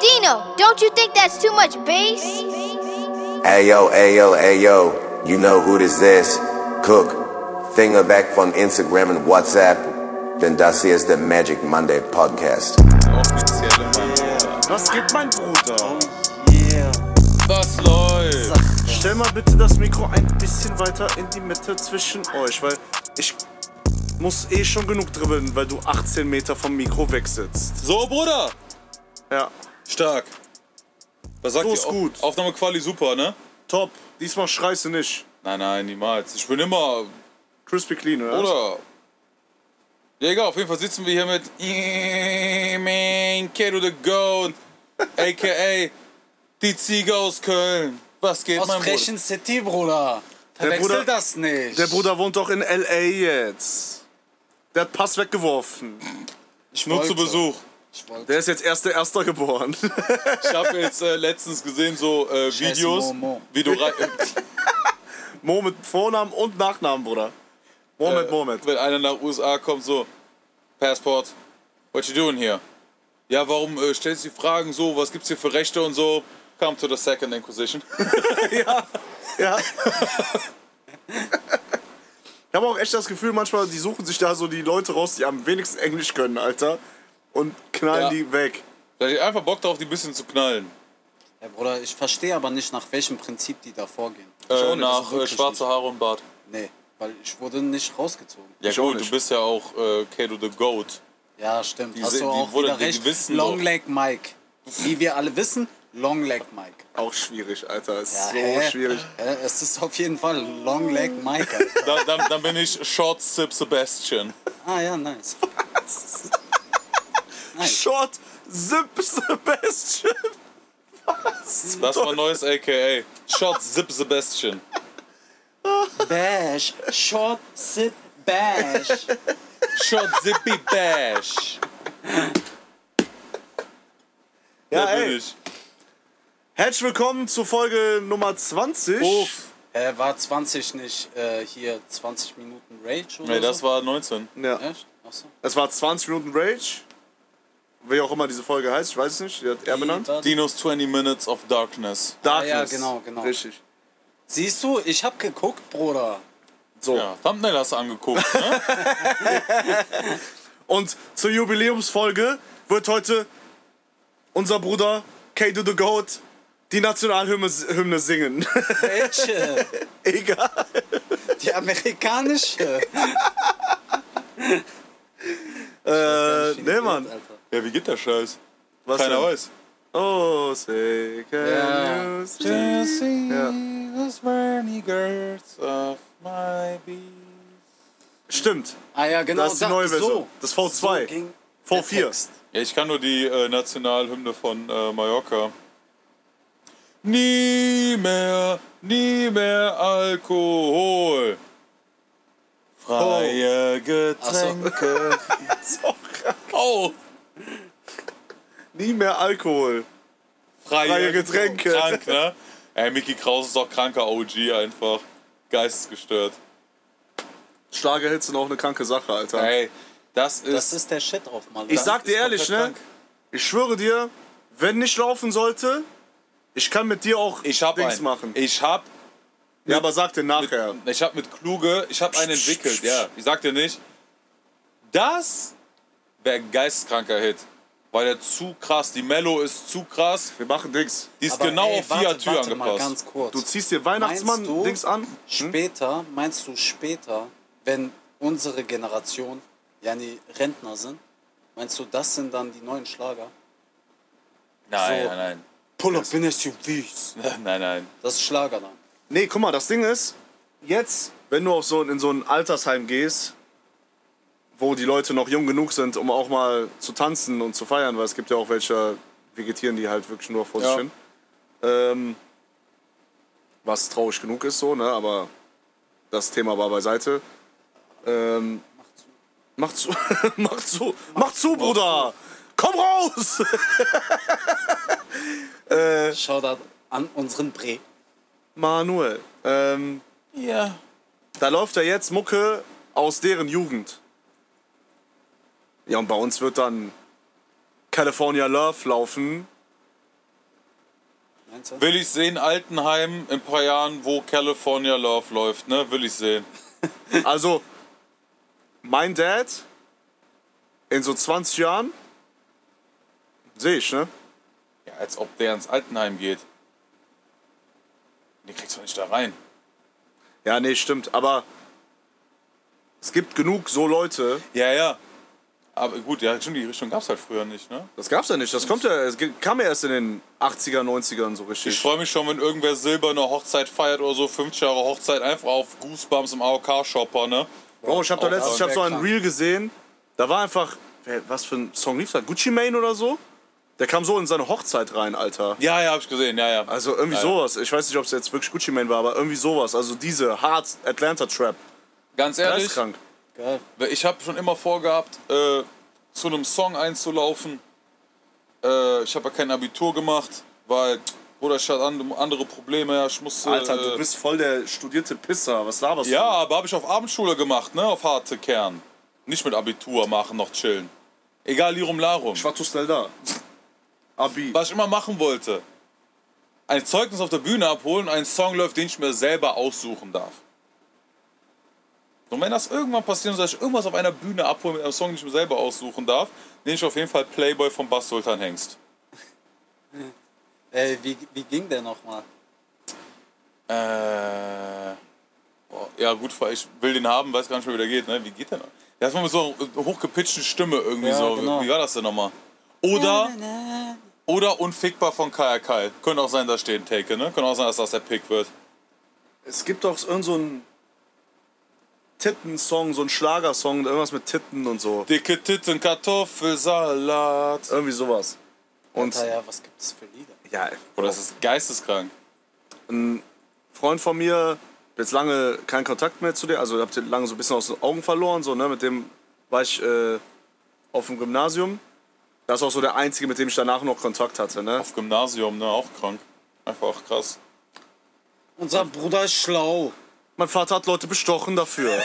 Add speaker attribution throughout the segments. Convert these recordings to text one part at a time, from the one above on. Speaker 1: Dino, don't you think that's too much bass?
Speaker 2: Ayo, ayo, ayo, you know who this is. Cook, finger back from Instagram and WhatsApp, denn das hier ist der Magic Monday Podcast.
Speaker 3: Offizielle Mann.
Speaker 4: Was gibt mein Bruder?
Speaker 5: Yeah.
Speaker 3: Was läuft?
Speaker 4: Stell mal bitte das Mikro ein bisschen weiter in die Mitte zwischen euch, weil ich muss eh schon genug dribbeln, weil du 18 Meter vom Mikro wegsitzt.
Speaker 3: So, Bruder!
Speaker 4: Ja,
Speaker 3: Stark. Was sagt
Speaker 4: So
Speaker 3: ihr?
Speaker 4: ist
Speaker 3: Auf-
Speaker 4: gut.
Speaker 3: Aufnahme Quali super, ne?
Speaker 4: top. Diesmal schreist du nicht.
Speaker 3: Nein, nein, niemals. Ich bin immer.
Speaker 4: Crispy clean, oder?
Speaker 3: Bruder. Ja, egal, auf jeden Fall sitzen wir hier mit. Man, Kato the Goat. AKA. Die Ziege aus Köln. Was geht,
Speaker 5: Aus
Speaker 3: mein Bruder?
Speaker 5: Frechen City, Bruder. Verwechsel
Speaker 4: Bruder-
Speaker 5: das nicht.
Speaker 4: Der Bruder wohnt doch in L.A. jetzt. Der hat Pass weggeworfen.
Speaker 5: ich
Speaker 3: Nur zu
Speaker 5: wollte.
Speaker 3: Besuch.
Speaker 5: Ich wollte.
Speaker 4: Der ist jetzt erster Erster geboren.
Speaker 3: Ich habe jetzt äh, letztens gesehen, so äh,
Speaker 5: Scheiße,
Speaker 3: Videos,
Speaker 5: Momo.
Speaker 3: wie du rei-
Speaker 4: Mo mit Vornamen und Nachnamen, Bruder. Moment,
Speaker 3: Äh,
Speaker 4: Moment.
Speaker 3: Wenn einer nach USA kommt, so, Passport, what you doing here? Ja, warum äh, stellst du die Fragen so, was gibt's hier für Rechte und so? Come to the second inquisition.
Speaker 4: Ja. ich habe auch echt das Gefühl, manchmal, die suchen sich da so die Leute raus, die am wenigsten Englisch können, Alter. Und knallen
Speaker 3: Ja.
Speaker 4: die weg.
Speaker 3: Da hab ich einfach Bock drauf, die ein bisschen zu knallen.
Speaker 5: Ja, Bruder, ich verstehe aber nicht, nach welchem Prinzip die da vorgehen. Ich
Speaker 3: Äh,
Speaker 5: auch nicht, das
Speaker 3: nach äh,
Speaker 5: wirklich
Speaker 3: schwarze Haare und Bart.
Speaker 5: Nicht. Nee, weil ich wurde nicht rausgezogen.
Speaker 3: Ja
Speaker 4: Ich auch
Speaker 3: gut,
Speaker 4: nicht.
Speaker 3: du bist ja auch äh, Kato the Goat.
Speaker 5: Ja, stimmt. Hast
Speaker 3: sind-
Speaker 5: du
Speaker 3: die
Speaker 5: auch
Speaker 3: wurde-
Speaker 5: wieder
Speaker 3: die
Speaker 5: recht.
Speaker 3: wissen doch.
Speaker 5: Long Leg Mike. Wie wir alle wissen, Long Leg Mike.
Speaker 4: Auch schwierig, Alter. Ist
Speaker 5: Ja,
Speaker 4: so
Speaker 5: hä?
Speaker 4: schwierig.
Speaker 5: Äh, es ist auf jeden Fall Long Leg Mike. Alter.
Speaker 3: Dann, dann, dann bin ich Short Sip Sebastian.
Speaker 5: ah ja, nice. nice.
Speaker 4: Short Zip Sebastian. Was?
Speaker 3: Das war neues AKA. Short Sip Sebastian.
Speaker 5: Bash. Short Sit Bash.
Speaker 3: Short Zippy Bash.
Speaker 5: Ah,
Speaker 4: Ja,
Speaker 3: Der bin
Speaker 4: ey.
Speaker 3: ich.
Speaker 4: Herzlich willkommen zur Folge Nummer 20.
Speaker 3: Uff.
Speaker 5: Äh, war 20 nicht äh, hier 20 Minuten Rage oder
Speaker 3: Nee, das
Speaker 5: so?
Speaker 3: war 19.
Speaker 4: Ja.
Speaker 5: Echt? Achso.
Speaker 4: Es war 20 Minuten Rage. Wie auch immer diese Folge heißt, ich weiß es nicht. Die hat er benannt.
Speaker 5: war-
Speaker 3: Dinos 20 Minutes of Darkness.
Speaker 4: Darkness.
Speaker 5: Ah, ja, genau, genau.
Speaker 4: Richtig.
Speaker 5: Siehst du, ich hab geguckt, Bruder.
Speaker 4: So.
Speaker 3: Ja, Thumbnail hast du angeguckt, ne?
Speaker 4: Und zur Jubiläumsfolge wird heute unser Bruder Kato the Goat die Nationalhymne Hymne singen.
Speaker 5: Welche?
Speaker 4: Egal.
Speaker 5: Die amerikanische.
Speaker 4: Äh, nee, Mann.
Speaker 3: ja, wie geht der Scheiß?
Speaker 4: Was
Speaker 3: Keiner
Speaker 4: denn?
Speaker 3: weiß.
Speaker 4: Oh, say can
Speaker 5: Ja.
Speaker 4: you stay? Ja. Stimmt.
Speaker 5: Ah ja, genau.
Speaker 4: Das ist die neue Version.
Speaker 5: So.
Speaker 4: Das V2.
Speaker 5: So ging
Speaker 4: V4.
Speaker 5: der Text.
Speaker 3: Ja, ich kann nur die äh, Nationalhymne von äh, Mallorca. Nie mehr, nie mehr Alkohol. Oh. Freie Getränke.
Speaker 4: So krass.
Speaker 3: Oh,
Speaker 4: Nie mehr Alkohol.
Speaker 3: freie,
Speaker 4: Freie Getränke.
Speaker 3: Krank, ne? Ey, Mickey Kraus ist auch kranker OG einfach. Geistesgestört.
Speaker 4: Schlagerhits sind auch eine kranke Sache, Alter.
Speaker 3: Ey, das ist...
Speaker 5: Das ist der Shit auf Malle.
Speaker 4: Ich sag dir
Speaker 3: ist
Speaker 4: ehrlich, ne?
Speaker 3: komplett krank.
Speaker 4: Ich schwöre dir, wenn nicht laufen sollte, ich kann mit dir auch
Speaker 3: ich hab
Speaker 4: Dings
Speaker 3: einen.
Speaker 4: machen.
Speaker 3: Ich hab
Speaker 4: ja, aber sag dir nachher.
Speaker 3: Ich habe mit Kluge, ich habe einen entwickelt, ja. Ich sag dir nicht, das wäre ein geistkranker Hit. Weil der zu krass, die Mello ist zu krass.
Speaker 4: Wir machen Dings.
Speaker 3: Die ist
Speaker 5: Aber
Speaker 3: genau
Speaker 5: ey,
Speaker 3: auf vier
Speaker 5: warte,
Speaker 3: Tür
Speaker 5: warte Mal
Speaker 3: angepasst.
Speaker 5: ganz kurz.
Speaker 4: Du ziehst dir
Speaker 5: Meinst du,
Speaker 4: Weihnachtsmann-Dings an? Hm?
Speaker 5: Später, meinst du später, wenn unsere Generation, yani Rentner sind, meinst du, das sind dann die neuen Schlager?
Speaker 3: Nein,
Speaker 5: So.
Speaker 3: nein,
Speaker 5: Pull up in SUVs.
Speaker 3: nein. Nein, nein.
Speaker 5: Das ist Schlager dann.
Speaker 4: Nee, guck mal, das Ding ist, jetzt, wenn du auf so, ein- in so ein Altersheim gehst, wo die Leute noch jung genug sind, um auch mal zu tanzen und zu feiern, weil es gibt ja auch welche, vegetieren die halt wirklich nur vor sich
Speaker 3: Ja.
Speaker 4: hin. Ähm, was traurig genug ist so, ne? Aber das Thema war beiseite. Ähm, mach zu, mach zu, mach zu, Bruder! Komm raus!
Speaker 5: Schau da an unseren Bre.
Speaker 4: Manuel, ähm,
Speaker 3: Ja.
Speaker 4: Da läuft ja jetzt Mucke aus deren Jugend. Ja, und bei uns wird dann California Love laufen
Speaker 5: meinst du?
Speaker 3: Will ich sehen, Altenheim in ein paar Jahren, wo California Love läuft, ne? Will ich sehen.
Speaker 4: Also, mein Dad in so 20 Jahren sehe ich, ne?
Speaker 3: Ja, als ob der ins Altenheim geht. Den kriegst du nicht da rein.
Speaker 4: Ja, nee, stimmt. Aber es gibt genug so Leute.
Speaker 3: Ja, ja. Aber gut, ja, stimmt, die Richtung gab's halt früher nicht, ne?
Speaker 4: Das gab's ja nicht. Das kommt ja, es ge- kam ja erst in den 80er, 90ern so
Speaker 3: Ich
Speaker 4: richtig.
Speaker 3: freue mich schon, wenn irgendwer silberne Hochzeit feiert oder so, 50 Jahre Hochzeit, einfach auf Goosebumps im AOK-Shopper, ne?
Speaker 4: Bro, ich habe da
Speaker 5: Oh,
Speaker 4: letztens, ich
Speaker 5: das
Speaker 4: hab
Speaker 5: wär
Speaker 4: so ein
Speaker 5: krank.
Speaker 4: Reel gesehen. Da war einfach, wer, was für ein Song lief da? Gucci Mane oder so? Der kam so in seine Hochzeit rein, Alter.
Speaker 3: Ja, ja, hab ich gesehen, ja, ja.
Speaker 4: Also irgendwie
Speaker 3: ja,
Speaker 4: sowas. Ich weiß nicht, ob es jetzt wirklich Gucci Mane war, aber irgendwie sowas. Also diese Hard Atlanta Trap.
Speaker 3: Ganz
Speaker 4: Das
Speaker 3: ehrlich,
Speaker 4: ist krank.
Speaker 5: Geil.
Speaker 3: ich habe schon immer vorgehabt, äh, zu einem Song einzulaufen. Äh, ich habe ja kein Abitur gemacht, weil, Bruder, ich hatte and- andere Probleme, ja, ich musste...
Speaker 4: Alter,
Speaker 3: äh,
Speaker 4: du bist voll der studierte Pisser. Was laberst
Speaker 3: Ja, aber habe ich auf Abendschule gemacht, ne? Auf harte Kern. Nicht mit Abitur machen, noch chillen. Egal, Lirum Larum.
Speaker 4: du? Ich war zu schnell da. Abi.
Speaker 3: Was ich immer machen wollte. Ein Zeugnis auf der Bühne abholen, einen Song läuft, den ich mir selber aussuchen darf. Und wenn das irgendwann passiert, soll ich irgendwas auf einer Bühne abholen mit einem Song, den ich mir selber aussuchen darf, nehme ich auf jeden Fall Playboy von Bass Sultan Hengst.
Speaker 5: Ey, wie, wie ging der nochmal?
Speaker 3: Äh. boah, Ja, gut, ich will den haben, weiß gar nicht mehr, wie der geht, ne? Wie geht der noch? Der hat mal mit so einer hochgepitchten Stimme irgendwie
Speaker 5: Ja,
Speaker 3: so.
Speaker 5: genau. ne.
Speaker 3: Wie war das denn nochmal? Oder, oder Unfickbar von Kaya Kai. Könnte auch sein, da steht ein Take, ne? Könnte auch sein, dass das der Pick wird.
Speaker 4: Es gibt doch irgendeinen so einen Titten-Song, so einen Schlagersong, irgendwas mit Titten und so.
Speaker 3: Dicke Titten, Kartoffelsalat.
Speaker 4: Irgendwie sowas. Und
Speaker 5: Alter, ja, was gibt's für Lieder?
Speaker 4: ja,
Speaker 3: Oder das ist geisteskrank.
Speaker 4: Freund von mir, hab jetzt lange keinen Kontakt mehr zu dir, also hab den lange so ein bisschen aus den Augen verloren, so, ne? Mit dem war ich äh, auf dem Gymnasium. Das ist auch so der einzige, mit dem ich danach noch Kontakt hatte, ne?
Speaker 3: Auf Gymnasium, ne? Auch krank. Einfach krass.
Speaker 5: Unser Bruder ist schlau.
Speaker 4: Mein Vater hat Leute bestochen dafür.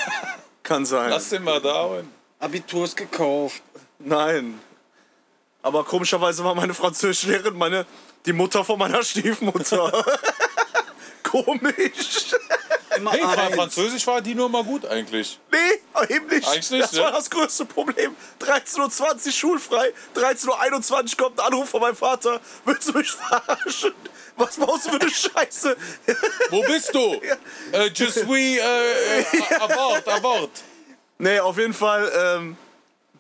Speaker 4: Kann sein.
Speaker 3: Lass den mal da. Owen.
Speaker 5: Abitur ist gekauft.
Speaker 4: Nein. Aber komischerweise war meine Französischlehrerin meine, die Mutter von meiner Stiefmutter. Komisch.
Speaker 5: Immer
Speaker 3: Hey,
Speaker 5: eins.
Speaker 3: bei Französisch war die nur mal gut eigentlich.
Speaker 4: Nee, eben nicht.
Speaker 3: Eigentlich nicht,
Speaker 4: Oh, das
Speaker 3: ne?
Speaker 4: war das größte Problem. 13.20 Uhr schulfrei, 13.21 Uhr kommt ein Anruf von meinem Vater. Willst du mich verarschen? Was baust du für eine Scheiße?
Speaker 3: Wo bist du? äh, je suis äh, äh, abort, abort.
Speaker 4: Nee, auf jeden Fall, ähm,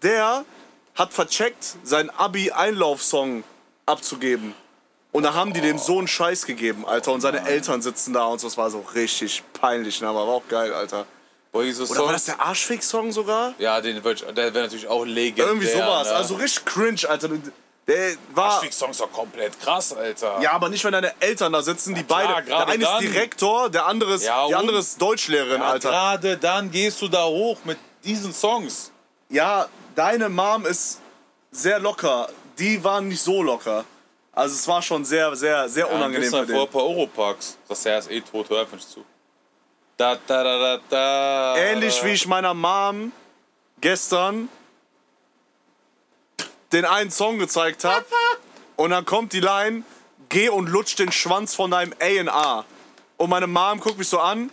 Speaker 4: der hat vercheckt, seinen Abi-Einlaufsong abzugeben. Und da haben die dem so einen Scheiß gegeben, Alter. Und seine Eltern sitzen da und so. Das war so richtig peinlich, ne? aber war auch geil, Alter.
Speaker 3: Boah, diese
Speaker 4: Oder war
Speaker 3: Songs.
Speaker 4: das der Arschfix-Song sogar?
Speaker 3: Ja, den würd ich, der wäre natürlich auch legendär.
Speaker 4: Irgendwie sowas.
Speaker 3: Ne?
Speaker 4: Also richtig cringe, Alter. Der war.
Speaker 3: Arschfick-Songs doch komplett krass, Alter.
Speaker 4: Ja, aber nicht, wenn deine Eltern da sitzen, die
Speaker 3: klar,
Speaker 4: beide. Der
Speaker 3: gerade
Speaker 4: eine ist
Speaker 3: dann.
Speaker 4: Direktor, der andere ist,
Speaker 3: Ja,
Speaker 4: die
Speaker 3: und?
Speaker 4: andere ist Deutschlehrerin,
Speaker 3: Ja,
Speaker 4: Alter.
Speaker 3: Gerade dann gehst du da hoch mit diesen Songs.
Speaker 4: Ja, deine Mom ist sehr locker. Die waren nicht so locker. Also es war schon sehr, sehr, sehr unangenehm für
Speaker 3: ja, ein vor ein
Speaker 4: den.
Speaker 3: paar Europacks. Das Herr ist eh tot, hör einfach nicht zu. Da, da, da, da, da.
Speaker 4: Ähnlich wie ich meiner Mom gestern den einen Song gezeigt habe. Und dann kommt die Line, geh und lutsch den Schwanz von deinem A&R. Und meine Mom guckt mich so an.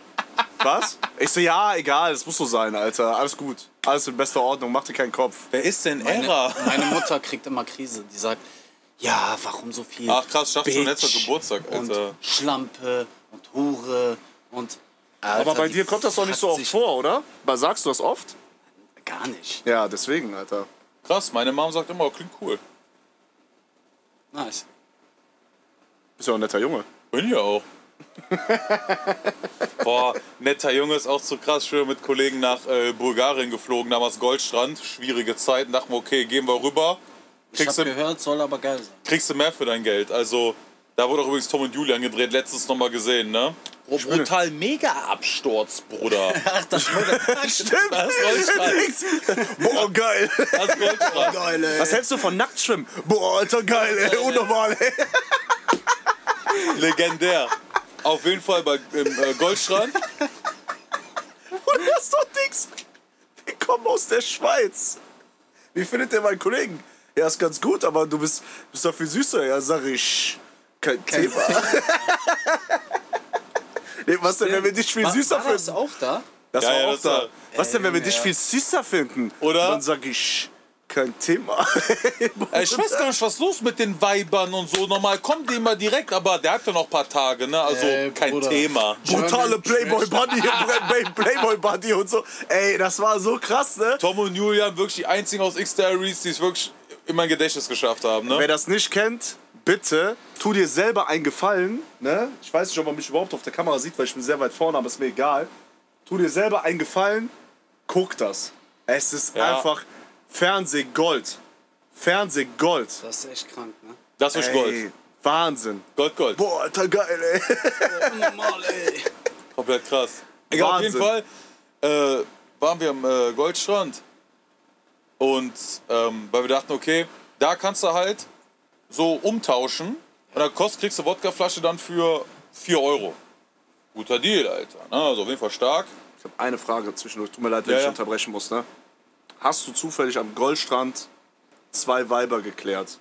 Speaker 4: Was? Ich so, ja, egal, das muss so sein, Alter. Alles gut. Alles in bester Ordnung, mach dir keinen Kopf.
Speaker 3: Wer ist denn
Speaker 5: Meine,
Speaker 3: Era?
Speaker 5: meine Mutter kriegt immer Krise. Die sagt, ja, warum so viel?
Speaker 3: Ach, krass, schaffst du
Speaker 5: Bitch
Speaker 3: letzter Geburtstag, Alter.
Speaker 5: Und Schlampe und Hure und... Alter,
Speaker 4: Aber bei
Speaker 5: die
Speaker 4: dir kommt das doch nicht so
Speaker 5: fuckt
Speaker 4: oft
Speaker 5: sich
Speaker 4: vor, oder? Sagst du das oft?
Speaker 5: Gar nicht.
Speaker 4: Ja, deswegen, Alter.
Speaker 3: Krass, meine Mom sagt immer, klingt cool.
Speaker 5: Nice.
Speaker 4: Bist ja auch ein netter Junge.
Speaker 3: Bin ja auch. Boah, netter Junge ist auch zu krass. Schön mit Kollegen nach äh, Bulgarien geflogen, damals Goldstrand. Schwierige Zeiten. Dachten wir, okay, gehen wir rüber.
Speaker 5: Ich hab
Speaker 3: Kriegst du,
Speaker 5: gehört, soll aber geil sein.
Speaker 3: kriegst du mehr für dein Geld. Also, da wurde auch übrigens Tom und Julian gedreht, letztens nochmal gesehen, ne? Brutal mega Absturz, Bruder.
Speaker 5: Ach, das wurde...
Speaker 3: Das ist Goldstrand.
Speaker 4: Boah, geil.
Speaker 3: Das ist Goldstrand.
Speaker 5: Geil, ey.
Speaker 4: Was hältst du von Nacktschwimmen? Boah, Alter, geil, ne? ey. Unnormal, ey.
Speaker 3: Legendär. Auf jeden Fall bei im, äh, Goldstrand.
Speaker 4: Und das ist doch nix. Wir kommen aus der Schweiz. Wie findet ihr meinen Kollegen? Ja, ist ganz gut, aber du bist, bist doch viel süßer. Ja, sag ich. Kein Thema. nee, was denn, wenn wir dich viel
Speaker 5: War-
Speaker 4: süßer
Speaker 5: war das
Speaker 4: finden?
Speaker 5: auch da?
Speaker 4: Das
Speaker 3: Ja,
Speaker 4: war
Speaker 3: ja,
Speaker 4: auch
Speaker 3: das
Speaker 4: da.
Speaker 3: war-
Speaker 4: was denn, wenn wir dich
Speaker 5: ja.
Speaker 4: viel süßer finden?
Speaker 3: Oder?
Speaker 4: Und dann sag ich, kein Thema.
Speaker 3: Ey, ich weiß gar nicht, was los mit den Weibern und so. Normal kommt die immer direkt, aber der hat ja noch ein paar Tage, ne? Also
Speaker 5: Ey,
Speaker 3: kein
Speaker 5: Bruder.
Speaker 3: Thema.
Speaker 4: Brutale
Speaker 5: German
Speaker 4: Playboy
Speaker 5: Trash.
Speaker 4: Bunny, Play- Playboy Bunny und so. Ey, das war so krass, ne?
Speaker 3: Tom und Julian, wirklich die einzigen aus X-Diaries, die es wirklich in mein Gedächtnis geschafft haben,
Speaker 4: Wer
Speaker 3: ne?
Speaker 4: das nicht kennt, bitte tu dir selber einen Gefallen. Ne? Ich weiß nicht, ob man mich überhaupt auf der Kamera sieht, weil ich bin sehr weit vorne, aber ist mir egal. Tu dir selber einen Gefallen, guck das. Es ist
Speaker 3: Ja.
Speaker 4: einfach Fernsehgold. Fernsehgold.
Speaker 5: Das ist echt krank, ne?
Speaker 3: Das ist
Speaker 4: Ey,
Speaker 3: Gold.
Speaker 4: Wahnsinn.
Speaker 3: Gold, Gold.
Speaker 4: Boah, alter geil, ey.
Speaker 5: Normal, ey.
Speaker 3: Komplett krass. Egal, auf jeden Fall
Speaker 4: Wahnsinn.
Speaker 3: äh, waren wir am äh, Goldstrand. Und ähm, weil wir dachten, okay, da kannst du halt so umtauschen. Und dann kost, kriegst du Wodkaflasche dann für 4 Euro. Guter Deal, Alter. ne? also auf jeden Fall stark.
Speaker 4: Ich habe eine Frage zwischendurch. Tut mir leid, wenn
Speaker 3: Ja,
Speaker 4: ich
Speaker 3: ja.
Speaker 4: unterbrechen muss. Ne? Hast du zufällig am Goldstrand zwei Weiber geklärt?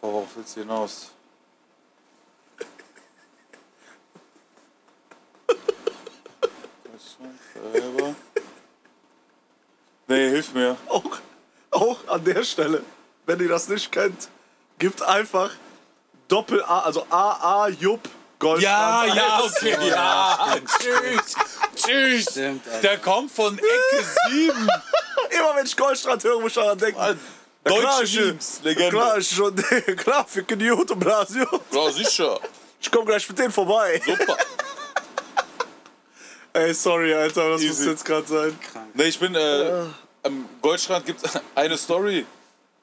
Speaker 3: Worauf willst du hinaus? Nee, hilf mir.
Speaker 4: auch, auch an der Stelle, wenn ihr das nicht kennt, gibt einfach Doppel A, also AA Jupp Goldstrand.
Speaker 3: Ja,
Speaker 4: ein.
Speaker 3: ja, okay, ja. Tschüss. Tschüss.
Speaker 5: Stimmt, Alter.
Speaker 3: Der kommt von Ecke 7.
Speaker 4: Immer wenn ich Goldstrand höre, muss ich daran denken.
Speaker 3: Mann,
Speaker 4: Ja,
Speaker 3: deutsche
Speaker 4: klar, ich-
Speaker 3: Memes, Legende.
Speaker 4: Klar, ich schon, klar, für Idiot und Blasio.
Speaker 3: Ja, sicher.
Speaker 4: Ich komm gleich mit denen vorbei.
Speaker 3: Super.
Speaker 4: Ey, sorry, Alter, das
Speaker 3: Easy.
Speaker 4: muss jetzt gerade sein.
Speaker 3: Nee, ich bin. Äh, am Goldstrand gibt es eine Story.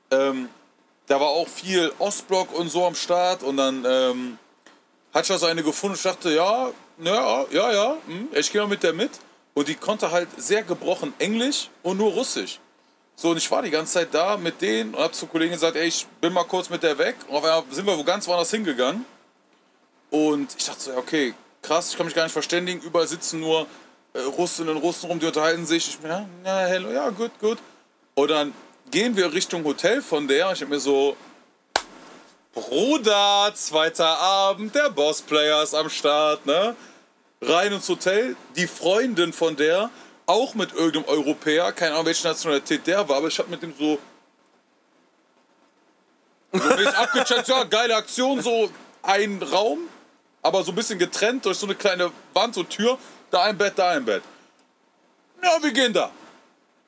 Speaker 3: Ähm, da war auch viel Ostblock und so am Start und dann ähm, hat schon so eine gefunden und ich dachte, ja, ja, ja, ja, hm, ich gehe mal mit der mit. Und die konnte halt sehr gebrochen Englisch und nur Russisch. So, und ich war die ganze Zeit da mit denen und hab zu Kollegen gesagt, ey, ich bin mal kurz mit der weg. Und auf einmal sind wir wo ganz woanders hingegangen. Und ich dachte so, ja, okay, krass, ich kann mich gar nicht verständigen. Überall sitzen nur äh, Russinnen und Russen rum, die unterhalten sich. Ich bin, ja, na, hello, ja, gut, gut. Und dann gehen wir Richtung Hotel von der. Und ich hab mir so, Bruder, zweiter Abend, der Bossplayer ist am Start, ne? Rein ins Hotel, die Freundin von der, auch mit irgendeinem Europäer, keine Ahnung, welche Nationalität der war, aber ich hab mit dem so. So bin ich abgecheckt, ja, geile Aktion, so ein Raum, aber so ein bisschen getrennt durch so eine kleine Wand, so Tür, da ein Bett, da ein Bett. Na, wir gehen da.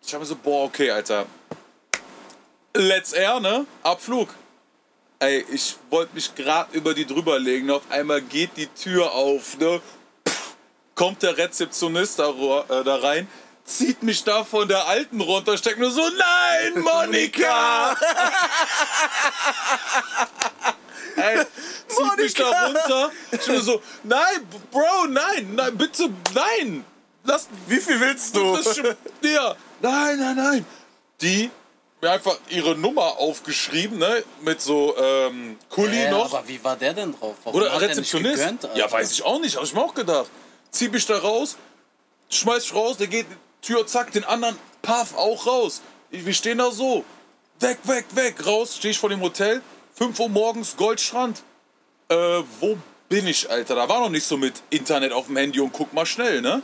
Speaker 3: Ich hab mir so, boah, okay, Alter. Let's Air, ne? Abflug. Ey, ich wollte mich gerade über die drüberlegen. Auf einmal geht die Tür auf, ne? Pff, Kommt der Rezeptionist da, ro- äh, da rein, zieht mich da von der alten runter, steckt nur so, nein, Monika! Ey, zieht mich da runter. Ich bin so, nein, Bro, nein, nein, bitte, nein! Lass,
Speaker 4: Wie viel willst du?
Speaker 3: das stimmt. Ja. Nein, nein, nein. Die mir einfach ihre Nummer aufgeschrieben, ne? Mit so ähm, Kuli
Speaker 5: Äh,
Speaker 3: noch.
Speaker 5: Aber wie war der denn drauf? Warum
Speaker 3: Oder
Speaker 5: hat der nicht
Speaker 3: Rezeptionist.
Speaker 5: gegönnt, Alter?
Speaker 3: ja, weiß ich auch nicht. Hab ich mir auch gedacht. Zieh mich da raus, schmeiß ich raus, der geht Tür, zack, den anderen, paff, auch raus. Ich- Wir stehen da so. Weg, weg, weg, raus, stehe ich vor dem Hotel. 5 Uhr morgens, Goldstrand. Äh, wo bin ich, Alter? Da war noch nicht so mit Internet auf dem Handy und guck mal schnell, ne?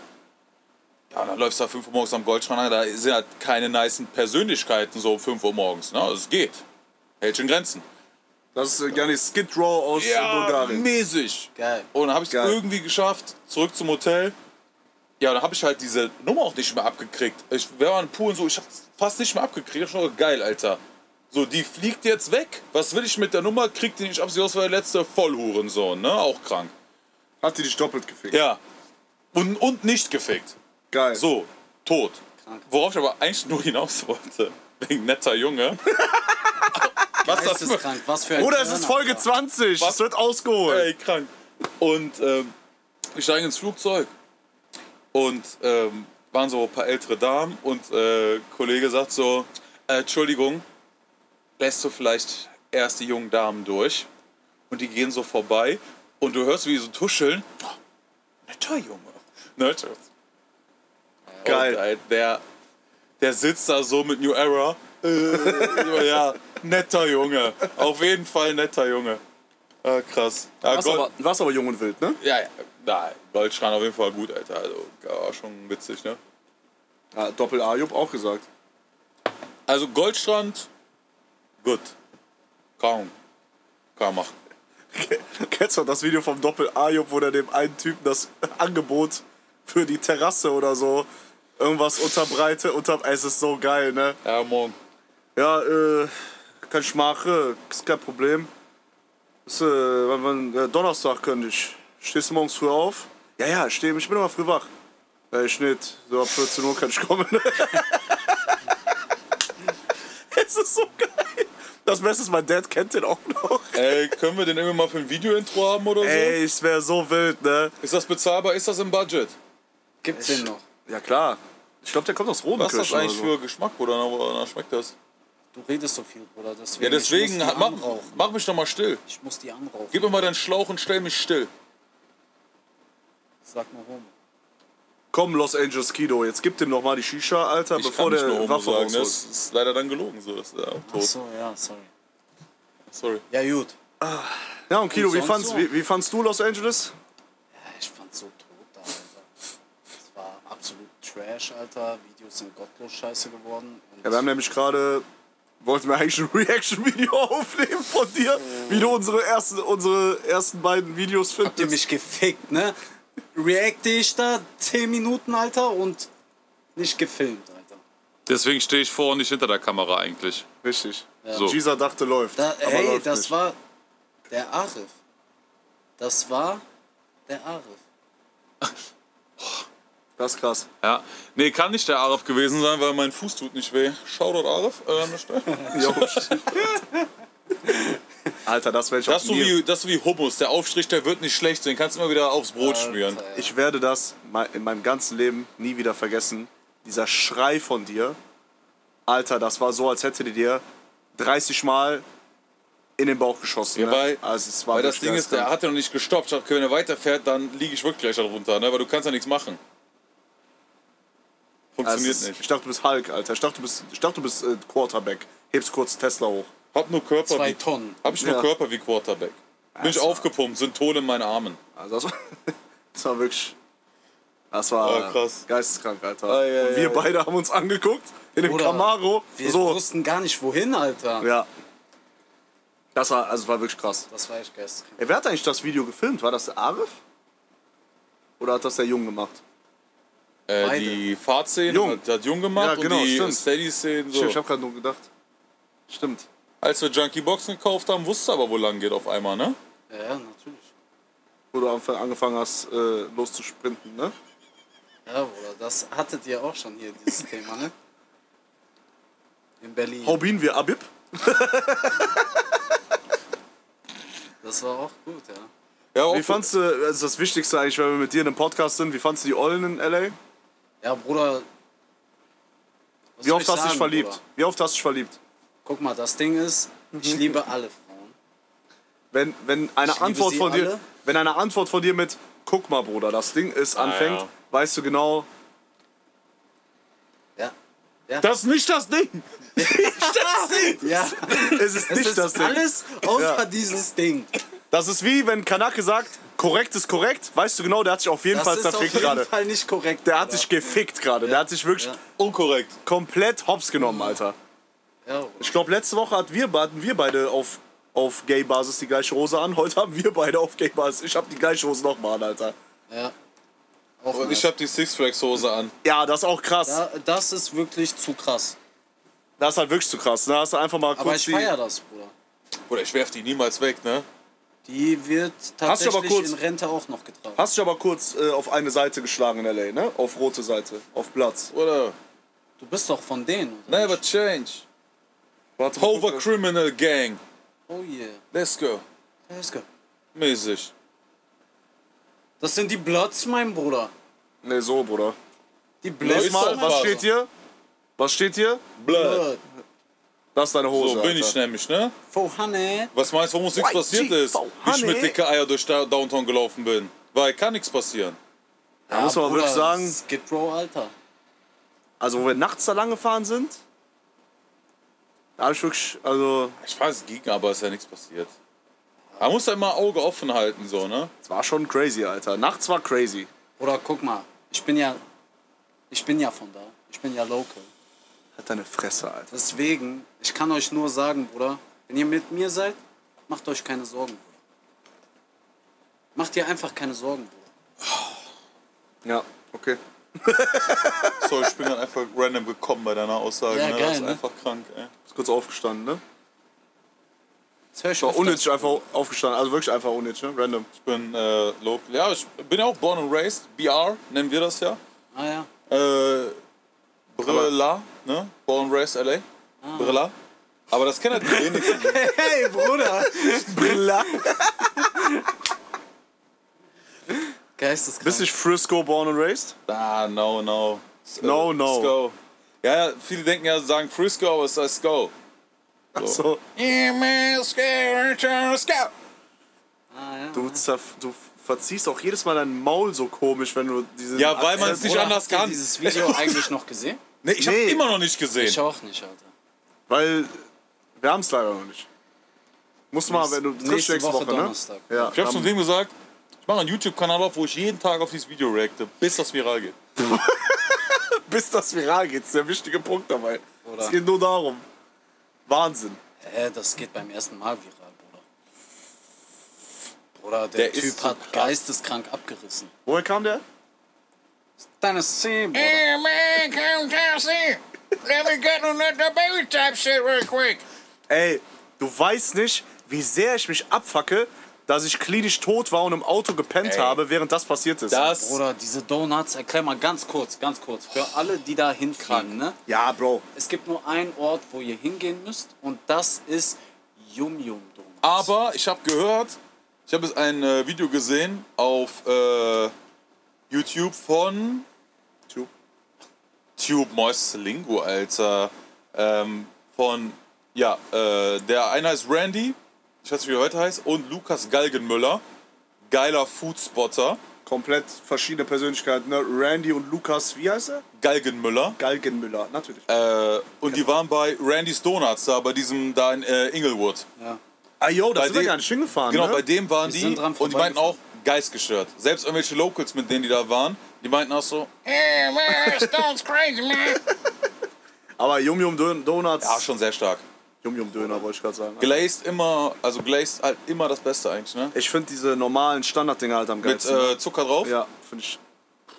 Speaker 3: Ja, dann läufst du da 5 Uhr morgens am Goldstrand an, da sind halt keine nicen Persönlichkeiten so um 5 Uhr morgens, ne? Also Es geht. Hält schon Grenzen.
Speaker 4: Das ist gar nicht Skid Row aus äh, Bulgarien.
Speaker 3: mäßig.
Speaker 5: Geil.
Speaker 3: Und dann habe ich es
Speaker 4: Geil.
Speaker 3: irgendwie geschafft, zurück zum Hotel. Ja, dann habe ich halt diese Nummer auch nicht mehr abgekriegt. Ich wäre an Pool und so, ich habe fast nicht mehr abgekriegt. Ich hab schon geil, Alter. So, die fliegt jetzt weg. Was will ich mit der Nummer? Kriegt die nicht ab, sie aus war der letzte Vollhurensohn, ne? Auch krank.
Speaker 4: Hat die dich doppelt gefickt?
Speaker 3: Ja. Und, und nicht gefickt.
Speaker 4: Geil.
Speaker 3: So, tot. Worauf ich aber eigentlich nur hinaus wollte. Wegen netter Junge. Was das für
Speaker 5: Geisteskrank. Was für ein
Speaker 4: Oder es ist
Speaker 5: Turner,
Speaker 4: Folge
Speaker 5: Alter.
Speaker 4: 20.
Speaker 3: Was?
Speaker 4: Es wird ausgeholt.
Speaker 3: Ey, krank. Und ähm, ich steige ins Flugzeug. Und ähm, waren so ein paar ältere Damen und äh, Kollege sagt so, äh, Entschuldigung, lässt du vielleicht erst die jungen Damen durch? Und die gehen so vorbei und du hörst, wie die so tuscheln. Oh, netter Junge. Netter.
Speaker 4: Geil.
Speaker 3: Und, äh, Ne? der, der sitzt da so mit New Era. Äh, ja, netter Junge. Auf jeden Fall netter Junge. Ah, krass. Ah,
Speaker 4: Warst
Speaker 3: Gold-
Speaker 4: aber, warst aber jung und wild, ne?
Speaker 3: ja, ja, nein, Goldschran auf jeden Fall gut, Alter. Also, war schon witzig, ne?
Speaker 4: Ah, Doppel A, Jupp auch gesagt.
Speaker 3: Also Goldstrand, gut. Kaum. Kann man machen.
Speaker 4: Kennst du das Video vom Doppel A, Jupp, wo der dem einen Typen das Angebot für die Terrasse oder so irgendwas unterbreite? Unter, es ist so geil, ne?
Speaker 3: Ja, morgen.
Speaker 4: Ja, äh, kein Schmache, ist kein Problem. Ist, äh, wann, wann, äh, Donnerstag könnte ich. Stehst du morgens früh auf? Ja, ja, ich, steh, ich bin immer früh wach. Äh, ich nicht. So ab 14 Uhr kann ich kommen. es ist so geil. Das Beste ist, mein Dad kennt den auch noch.
Speaker 3: Ey, können wir den irgendwie mal für ein Video-Intro haben oder so?
Speaker 4: Ey, es wäre so wild, ne?
Speaker 3: Ist das bezahlbar? Ist das im Budget?
Speaker 5: Gibt's den noch?
Speaker 4: Ja, klar. Ich glaube, der kommt aus
Speaker 3: Was ist
Speaker 4: Rodenkirchen
Speaker 3: das eigentlich für Geschmack, Bruder? Na, na, schmeckt das?
Speaker 5: Du redest so viel, Bruder. Deswegen,
Speaker 3: Ja,
Speaker 5: Ich
Speaker 3: deswegen, halt
Speaker 5: muss die
Speaker 3: mach,
Speaker 5: anrauchen.
Speaker 3: mach mich doch mal still.
Speaker 5: Ich muss die anrauchen.
Speaker 3: Gib mir mal deinen Schlauch und stell mich still.
Speaker 5: Sag mal Homo.
Speaker 4: Komm, Los Angeles Kido, jetzt gib dem nochmal die Shisha, Alter,
Speaker 3: Ich
Speaker 4: bevor
Speaker 3: kann nicht
Speaker 4: der
Speaker 3: nur Homo
Speaker 4: Waffe
Speaker 3: sagen, ne?
Speaker 4: rausholt.
Speaker 3: Das ist leider dann gelogen, so. Das ist ja auch tot.
Speaker 5: Achso, ja, sorry.
Speaker 3: Sorry.
Speaker 5: Ja, gut.
Speaker 4: Ja, und Kido,
Speaker 5: Und
Speaker 4: wie
Speaker 5: sonst
Speaker 4: fandst,
Speaker 5: so?
Speaker 4: wie, wie fandst du Los Angeles?
Speaker 5: Ja, ich fand's so tot, da, Alter. Es war absolut Trash, Alter. Videos sind gottlos scheiße geworden. Und
Speaker 4: Ja, wir haben nämlich gerade, wollten wir eigentlich ein Reaction-Video aufnehmen von dir, wie du unsere ersten, unsere ersten beiden Videos findest.
Speaker 5: habt ihr mich gefickt, ne? Reacte ich da 10 Minuten, Alter, und nicht gefilmt, Alter.
Speaker 6: Deswegen stehe ich vor und nicht hinter der Kamera eigentlich.
Speaker 4: Richtig.
Speaker 6: So.
Speaker 4: Gisa dachte, läuft.
Speaker 5: Da,
Speaker 4: aber
Speaker 5: hey,
Speaker 4: läuft
Speaker 5: das
Speaker 4: nicht.
Speaker 5: war der Arif. Das war der Arif.
Speaker 4: Das ist krass.
Speaker 6: Ja. Nee, kann nicht der Arif gewesen
Speaker 3: Gewesen sein, weil mein Fuß tut nicht weh. Shoutout Arif. Äh, an der Stelle.
Speaker 4: Jo, stimmt. Alter, das werde ich
Speaker 3: das,
Speaker 4: auch
Speaker 3: ist so
Speaker 4: nie-
Speaker 3: wie, das ist so wie Hummus. Der Aufstrich, der wird nicht schlecht. Den kannst du immer wieder aufs Brot schmieren.
Speaker 5: Alter, ja.
Speaker 4: Ich werde das me- in meinem ganzen Leben nie wieder vergessen. Dieser Schrei von dir. Alter, das war so, als hätte die dir 30 Mal in den Bauch geschossen.
Speaker 3: Ja,
Speaker 4: ne?
Speaker 3: weil-
Speaker 4: also, es war
Speaker 3: Weil das
Speaker 4: wirklich
Speaker 3: Ding ist, der
Speaker 4: geisteskrank.
Speaker 3: hat ja noch nicht gestoppt. Ich dachte, okay, wenn er weiterfährt, dann liege ich wirklich gleich darunter, ne? weil du kannst ja nichts machen.
Speaker 4: Also,
Speaker 3: Funktioniert
Speaker 4: es-
Speaker 3: nicht.
Speaker 4: Ich dachte, du bist Hulk, Alter. Ich dachte, du bist, ich dachte, du bist äh, Quarterback. Hebst kurz Tesla hoch.
Speaker 3: Hab nur Körper
Speaker 5: Zwei
Speaker 3: wie
Speaker 5: Tonnen.
Speaker 3: Hab ich nur
Speaker 4: Ja.
Speaker 3: Körper wie Quarterback. Bin ich aufgepumpt, sind Tone in meinen Armen.
Speaker 4: Also, das war, das war wirklich. Das war
Speaker 3: Oh, krass.
Speaker 4: geisteskrank, Alter.
Speaker 3: ja,
Speaker 4: Und wir beide haben uns angeguckt in dem
Speaker 5: Bruder,
Speaker 4: Camaro.
Speaker 5: Wir
Speaker 4: So.
Speaker 5: wussten gar nicht, wohin, Alter.
Speaker 4: Ja. Das war, also, es war wirklich krass.
Speaker 5: Das war echt geisteskrank.
Speaker 4: Ey, wer hat eigentlich das Video gefilmt? War das der Arif? Oder hat das der Jung gemacht?
Speaker 3: Äh,
Speaker 5: Beide.
Speaker 3: die Fahrtszene
Speaker 4: Jung.
Speaker 3: Hat, hat jung
Speaker 4: Ja,
Speaker 3: gemacht
Speaker 4: genau,
Speaker 3: und die
Speaker 4: stimmt.
Speaker 3: Steady-Szenen
Speaker 4: Stimmt, ich
Speaker 3: so.
Speaker 4: hab gerade nur gedacht. Stimmt.
Speaker 3: Als wir Junkie Boxen gekauft haben, wusste aber, wo lang geht auf einmal, ne?
Speaker 5: Ja, ja, natürlich.
Speaker 4: Wo du am Anfang angefangen hast, äh, loszusprinten, ne?
Speaker 5: Ja, Bruder, das hattet ihr auch schon hier, dieses Thema, ne? In Berlin.
Speaker 4: Haubin wir Abib?
Speaker 5: Das war auch gut, ja.
Speaker 3: Ja, auch
Speaker 4: Wie fandst du, das ist das Wichtigste eigentlich, wenn wir mit dir in einem Podcast sind, wie fandst du die Ollen in L.A.?
Speaker 5: Ja, Bruder. was
Speaker 4: Wie
Speaker 5: soll
Speaker 4: oft hast
Speaker 5: ich
Speaker 4: du dich
Speaker 5: sagen,
Speaker 4: verliebt?
Speaker 5: Bruder?
Speaker 4: Wie oft hast du dich verliebt?
Speaker 5: Guck mal, das Ding ist, ich
Speaker 4: Mhm.
Speaker 5: liebe alle Frauen.
Speaker 4: Wenn, wenn eine
Speaker 5: liebe
Speaker 4: Antwort
Speaker 5: sie
Speaker 4: von dir,
Speaker 5: alle.
Speaker 4: wenn eine Antwort von dir mit, guck mal, Bruder, das Ding ist,
Speaker 5: Ah,
Speaker 4: anfängt,
Speaker 3: ja.
Speaker 4: weißt du genau,
Speaker 5: Ja.
Speaker 3: das ist nicht das Ding!
Speaker 5: Ja,
Speaker 4: es ist
Speaker 5: es
Speaker 4: nicht
Speaker 5: ist
Speaker 4: das Ding.
Speaker 5: alles außer
Speaker 4: Ja.
Speaker 5: dieses Ding.
Speaker 4: Das ist wie, wenn Kanake sagt, korrekt ist korrekt, weißt du genau, der hat sich auf jeden
Speaker 5: Das
Speaker 4: Fall
Speaker 5: ist auf
Speaker 4: zerfickt
Speaker 5: jeden
Speaker 4: gerade.
Speaker 5: Fall nicht korrekt.
Speaker 4: Der hat
Speaker 5: Bruder.
Speaker 4: sich gefickt gerade. Der hat sich wirklich
Speaker 5: Ja.
Speaker 3: Unkorrekt.
Speaker 4: komplett hops genommen, Alter.
Speaker 5: Ja, Bruder.
Speaker 4: Ich glaube, letzte Woche hatten wir, hatten wir beide auf, auf Gay-Basis die gleiche Hose an. Heute haben wir beide auf Gay-Basis. Ich habe die gleiche Hose nochmal an, Alter.
Speaker 5: ja. Auch
Speaker 3: Und
Speaker 5: nice.
Speaker 3: ich hab die Six Flags Hose an.
Speaker 4: Ja, das ist auch krass.
Speaker 5: ja, das ist wirklich zu krass.
Speaker 4: Das ist halt wirklich zu krass. Ne? Hast du einfach mal
Speaker 5: Aber
Speaker 4: kurz
Speaker 5: ich
Speaker 4: die...
Speaker 5: feiere das, Bruder.
Speaker 3: Oder ich werf die niemals weg, ne?
Speaker 5: Die wird
Speaker 4: Hast du
Speaker 5: tatsächlich
Speaker 4: aber kurz-
Speaker 5: in Rente auch noch getragen.
Speaker 4: Hast dich aber kurz äh, auf eine Seite geschlagen in L.A., ne? Auf rote Seite, auf Platz.
Speaker 3: Oder?
Speaker 5: Du bist doch von denen, oder?
Speaker 3: Never change.
Speaker 4: Warte,
Speaker 3: Hover Criminal Gang.
Speaker 5: Oh yeah.
Speaker 3: Let's go.
Speaker 5: Let's go.
Speaker 3: Mäßig.
Speaker 5: Das sind die Bloods, mein Bruder.
Speaker 4: Ne, so, Bruder.
Speaker 5: Die
Speaker 3: Ist
Speaker 5: Bloods.
Speaker 3: doch
Speaker 4: Mal,
Speaker 5: mein
Speaker 4: was
Speaker 3: Phase.
Speaker 4: steht hier? Was steht hier?
Speaker 3: Blood.
Speaker 5: Blood.
Speaker 4: Das ist deine Hose,
Speaker 3: So bin ich
Speaker 4: Alter.
Speaker 3: nämlich, ne?
Speaker 5: For honey.
Speaker 3: Was meinst du, warum uns nichts
Speaker 4: YG,
Speaker 3: passiert ist?
Speaker 4: Frau
Speaker 3: Wie ich mit
Speaker 4: Hanne.
Speaker 3: dicke Eier durch da- Downtown gelaufen bin. Weil kann nichts passieren.
Speaker 4: Da muss man wirklich sagen,
Speaker 5: Skid Row, Alter.
Speaker 4: Also, wo wir nachts da lang gefahren sind, da habe ich wirklich, also,
Speaker 3: Ich weiß, es ging, aber ist ja nichts passiert. Man muss ja immer Auge offen halten, so, ne?
Speaker 4: es war schon crazy, Alter. Nachts war crazy.
Speaker 5: Oder guck mal, ich bin ja, ich bin ja von da. Ich bin ja local.
Speaker 4: Hat Halt deine Fresse, Alter.
Speaker 5: Deswegen, ich kann euch nur sagen, Bruder, wenn ihr mit mir seid, macht euch keine Sorgen, Bruder. Macht ihr einfach keine Sorgen, Bruder.
Speaker 4: Ja, okay.
Speaker 3: So, ich bin dann einfach random gekommen bei deiner Aussage,
Speaker 5: Ja,
Speaker 3: ne?
Speaker 5: geil,
Speaker 3: das ist
Speaker 5: ne?
Speaker 3: einfach krank, ey.
Speaker 4: Ist kurz aufgestanden, ne?
Speaker 5: Das höre ich
Speaker 4: War
Speaker 5: öfters.
Speaker 4: unnötig einfach aufgestanden. Also wirklich einfach unnötig, ne? Random.
Speaker 3: Ich bin äh, local. Ja, ich bin ja auch born and raised. BR nennen wir das ja.
Speaker 5: Ah ja,
Speaker 3: Äh, Brilla, ne? Born and raised LA.
Speaker 4: Ah.
Speaker 3: Brilla. Aber das kennen halt die wenigsten.
Speaker 4: Hey, Bruder! Brilla.
Speaker 5: geisteskrank.
Speaker 4: Bist du nicht Frisco born and raised?
Speaker 3: Ah, no, no. So,
Speaker 4: No, no.
Speaker 3: Let's go. Ja, ja, viele denken ja, sagen Frisco, aber es ist let's go.
Speaker 4: Ach so.
Speaker 3: Yeah, man, let's go, let's go.
Speaker 5: ah, ja.
Speaker 4: Du, zerf- du verziehst auch jedes Mal dein Maul so komisch, wenn du diesen.
Speaker 3: Ja, weil man
Speaker 5: Ey,
Speaker 3: es nicht
Speaker 5: Bruder,
Speaker 3: anders
Speaker 5: habt ihr
Speaker 3: kann.
Speaker 5: dieses Video eigentlich noch gesehen?
Speaker 3: Nee, ich
Speaker 4: Nee.
Speaker 3: habe immer noch nicht gesehen.
Speaker 5: Ich auch nicht, Alter.
Speaker 4: Weil wir haben es leider noch nicht. Musst du mal, wenn du
Speaker 5: Nächste
Speaker 4: triffst nächste Woche,
Speaker 5: Woche
Speaker 4: ne?
Speaker 5: Donnerstag.
Speaker 4: Ja,
Speaker 3: Ich hab's
Speaker 4: dann-
Speaker 3: zu dem gesagt, ich mache einen YouTube-Kanal auf, wo ich jeden Tag auf dieses Video reacte, bis das viral geht.
Speaker 4: bis das viral geht, ist der wichtige Punkt dabei.
Speaker 5: Oder-
Speaker 4: Es geht nur darum. Wahnsinn.
Speaker 5: Hä, das geht beim ersten Mal viral, Bruder. Bruder, der,
Speaker 3: Der ist
Speaker 5: Typ
Speaker 3: so
Speaker 5: hat geisteskrank abgerissen.
Speaker 4: Woher kam der?
Speaker 5: Deine Szene,
Speaker 3: Äh.
Speaker 5: Bruder.
Speaker 4: Ey, du weißt nicht, wie sehr ich mich abfacke, dass ich klinisch tot war und im Auto gepennt habe, während das passiert ist.
Speaker 3: Das,
Speaker 5: Bruder, diese Donuts, erklär mal ganz kurz, ganz kurz. Für alle, die da hinfahren, ne?
Speaker 4: ja, Bro.
Speaker 5: Es gibt nur einen Ort, wo ihr hingehen müsst und das ist Yum Yum Donuts.
Speaker 4: Ah.
Speaker 3: aber ich habe gehört, ich habe jetzt ein äh, Video gesehen auf äh, YouTube von
Speaker 4: Tube.
Speaker 3: Tube Moist Lingo, Alter. Ähm, von, ja, äh, der eine heißt Randy, ich weiß nicht, wie er heute heißt, und Lukas Galgenmüller, geiler Foodspotter.
Speaker 4: Komplett verschiedene Persönlichkeiten, ne? Randy und Lukas, wie heißt er?
Speaker 3: Galgenmüller.
Speaker 4: Galgenmüller, natürlich.
Speaker 3: Äh, und die waren bei Randy's Donuts da, bei diesem da in äh, Inglewood.
Speaker 5: Ja.
Speaker 4: ah, yo, da
Speaker 3: bei
Speaker 4: sind wir
Speaker 3: dem-
Speaker 4: gar nicht hingefahren,
Speaker 3: Genau,
Speaker 4: ne?
Speaker 3: bei dem waren
Speaker 5: Wir
Speaker 3: die
Speaker 5: sind dran
Speaker 3: und die meinten auch geistgestört. Selbst irgendwelche Locals, mit denen die da waren, die meinten auch so,
Speaker 4: Aber Yum Yum Dön- Donuts.
Speaker 3: ja, schon sehr stark.
Speaker 4: Yum Yum Döner, wollte ich gerade sagen.
Speaker 3: Glazed immer, also glazed halt immer das Beste eigentlich, ne?
Speaker 4: Ich finde diese normalen Standarddinger halt am
Speaker 3: Mit
Speaker 4: geilsten.
Speaker 3: äh, Zucker drauf.
Speaker 4: ja, finde ich.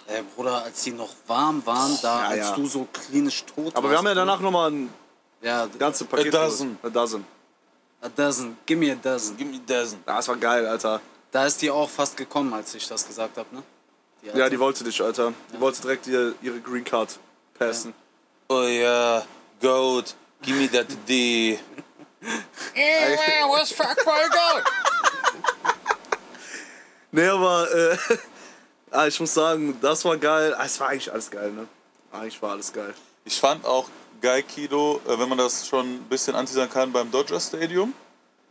Speaker 5: Ey, Bruder, als die noch warm waren, da,
Speaker 4: Ja,
Speaker 5: als
Speaker 4: ja.
Speaker 5: du so klinisch tot
Speaker 4: Aber wir
Speaker 5: warst.
Speaker 4: haben ja danach nochmal ein
Speaker 5: Ja,
Speaker 4: ganzes Paket.
Speaker 3: A dozen.
Speaker 4: geholt. A dozen.
Speaker 5: a dozen, give me a dozen.
Speaker 3: Give me dozen.
Speaker 4: Ja, Das war geil, Alter.
Speaker 5: Da ist die auch fast gekommen, als ich das gesagt habe, ne? Die
Speaker 4: Ja,
Speaker 5: Alte.
Speaker 4: die wollte dich, Alter. Die wollte direkt ihr, ihre Green Card passen.
Speaker 3: Oh yeah, goat, give me that D. yeah, man, what's fuck my goat?
Speaker 4: Nee, aber äh, ah, ich muss sagen, das war geil. Ah, Es war eigentlich alles geil, ne? Eigentlich war alles geil.
Speaker 3: Ich fand auch geil, Kido, äh, wenn man das schon ein bisschen anteasern kann, beim Dodger Stadium,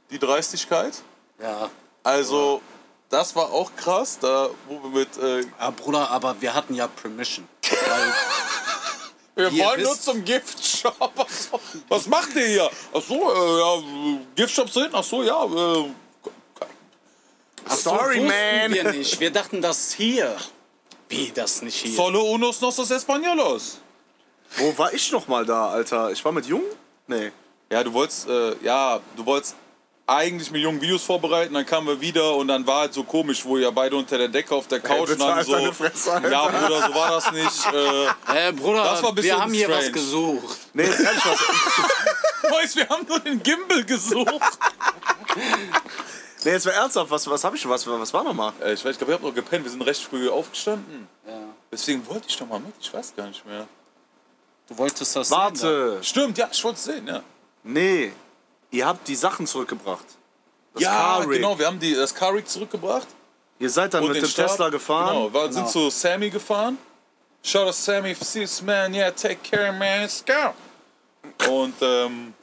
Speaker 3: die Dreistigkeit.
Speaker 5: Ja.
Speaker 3: Also, das war auch krass, da wo wir mit. Äh,
Speaker 5: Ah, Bruder, aber wir hatten ja Permission. Weil,
Speaker 3: wir
Speaker 5: Ihr
Speaker 3: wollen nur
Speaker 5: wisst-
Speaker 3: zum Giftshop. Was, was macht ihr hier? Achso, äh, ja, äh, Giftshops sind. Achso, ja. Äh,
Speaker 5: Ach so,
Speaker 4: Sorry,
Speaker 5: wussten
Speaker 4: man.
Speaker 5: Wir, nicht. wir dachten, das hier. Wie, das nicht hier?
Speaker 3: solo unos nosos españolos.
Speaker 4: Wo war ich nochmal da, Alter? Ich war mit Jung? Nee.
Speaker 3: Ja, du wolltest. Äh, ja, du wolltest eigentlich mit jungen Videos vorbereiten, dann kamen wir wieder und dann war halt so komisch, wo ihr beide unter der Decke auf der Couch
Speaker 4: bitte
Speaker 3: und dann
Speaker 4: halt
Speaker 3: so.
Speaker 4: deine Fresse, Alter.
Speaker 3: ja, Bruder, so war das nicht. Äh,
Speaker 5: Äh, Bruder,
Speaker 3: Das war ein bisschen
Speaker 5: wir haben hier was
Speaker 3: strange.
Speaker 5: gesucht.
Speaker 4: Nee, jetzt ehrlich was.
Speaker 3: Boys, wir haben nur den Gimbal gesucht.
Speaker 4: Nee, jetzt war ernsthaft. Was, was hab ich was? Was war nochmal?
Speaker 3: Äh, ich weiß, ich glaube, ich habe noch gepennt. Wir sind recht früh aufgestanden. Deswegen wollte ich doch mal mit. Ich weiß gar nicht mehr.
Speaker 5: Du wolltest das sehen,
Speaker 4: Warte.
Speaker 3: Stimmt, ja, ich wollte es sehen, ja.
Speaker 4: Nee. Ihr habt die Sachen zurückgebracht. Das
Speaker 3: ja,
Speaker 4: Car-Rig.
Speaker 3: genau. Wir haben die, das Car-Rig zurückgebracht.
Speaker 4: Ihr seid dann
Speaker 3: und
Speaker 4: mit
Speaker 3: den
Speaker 4: dem
Speaker 3: Stab.
Speaker 4: Tesla gefahren.
Speaker 3: Genau, wir sind zu Sammy gefahren. Shout out Sammy, if you see this man, yeah, take care, man, let's go. Und, ähm,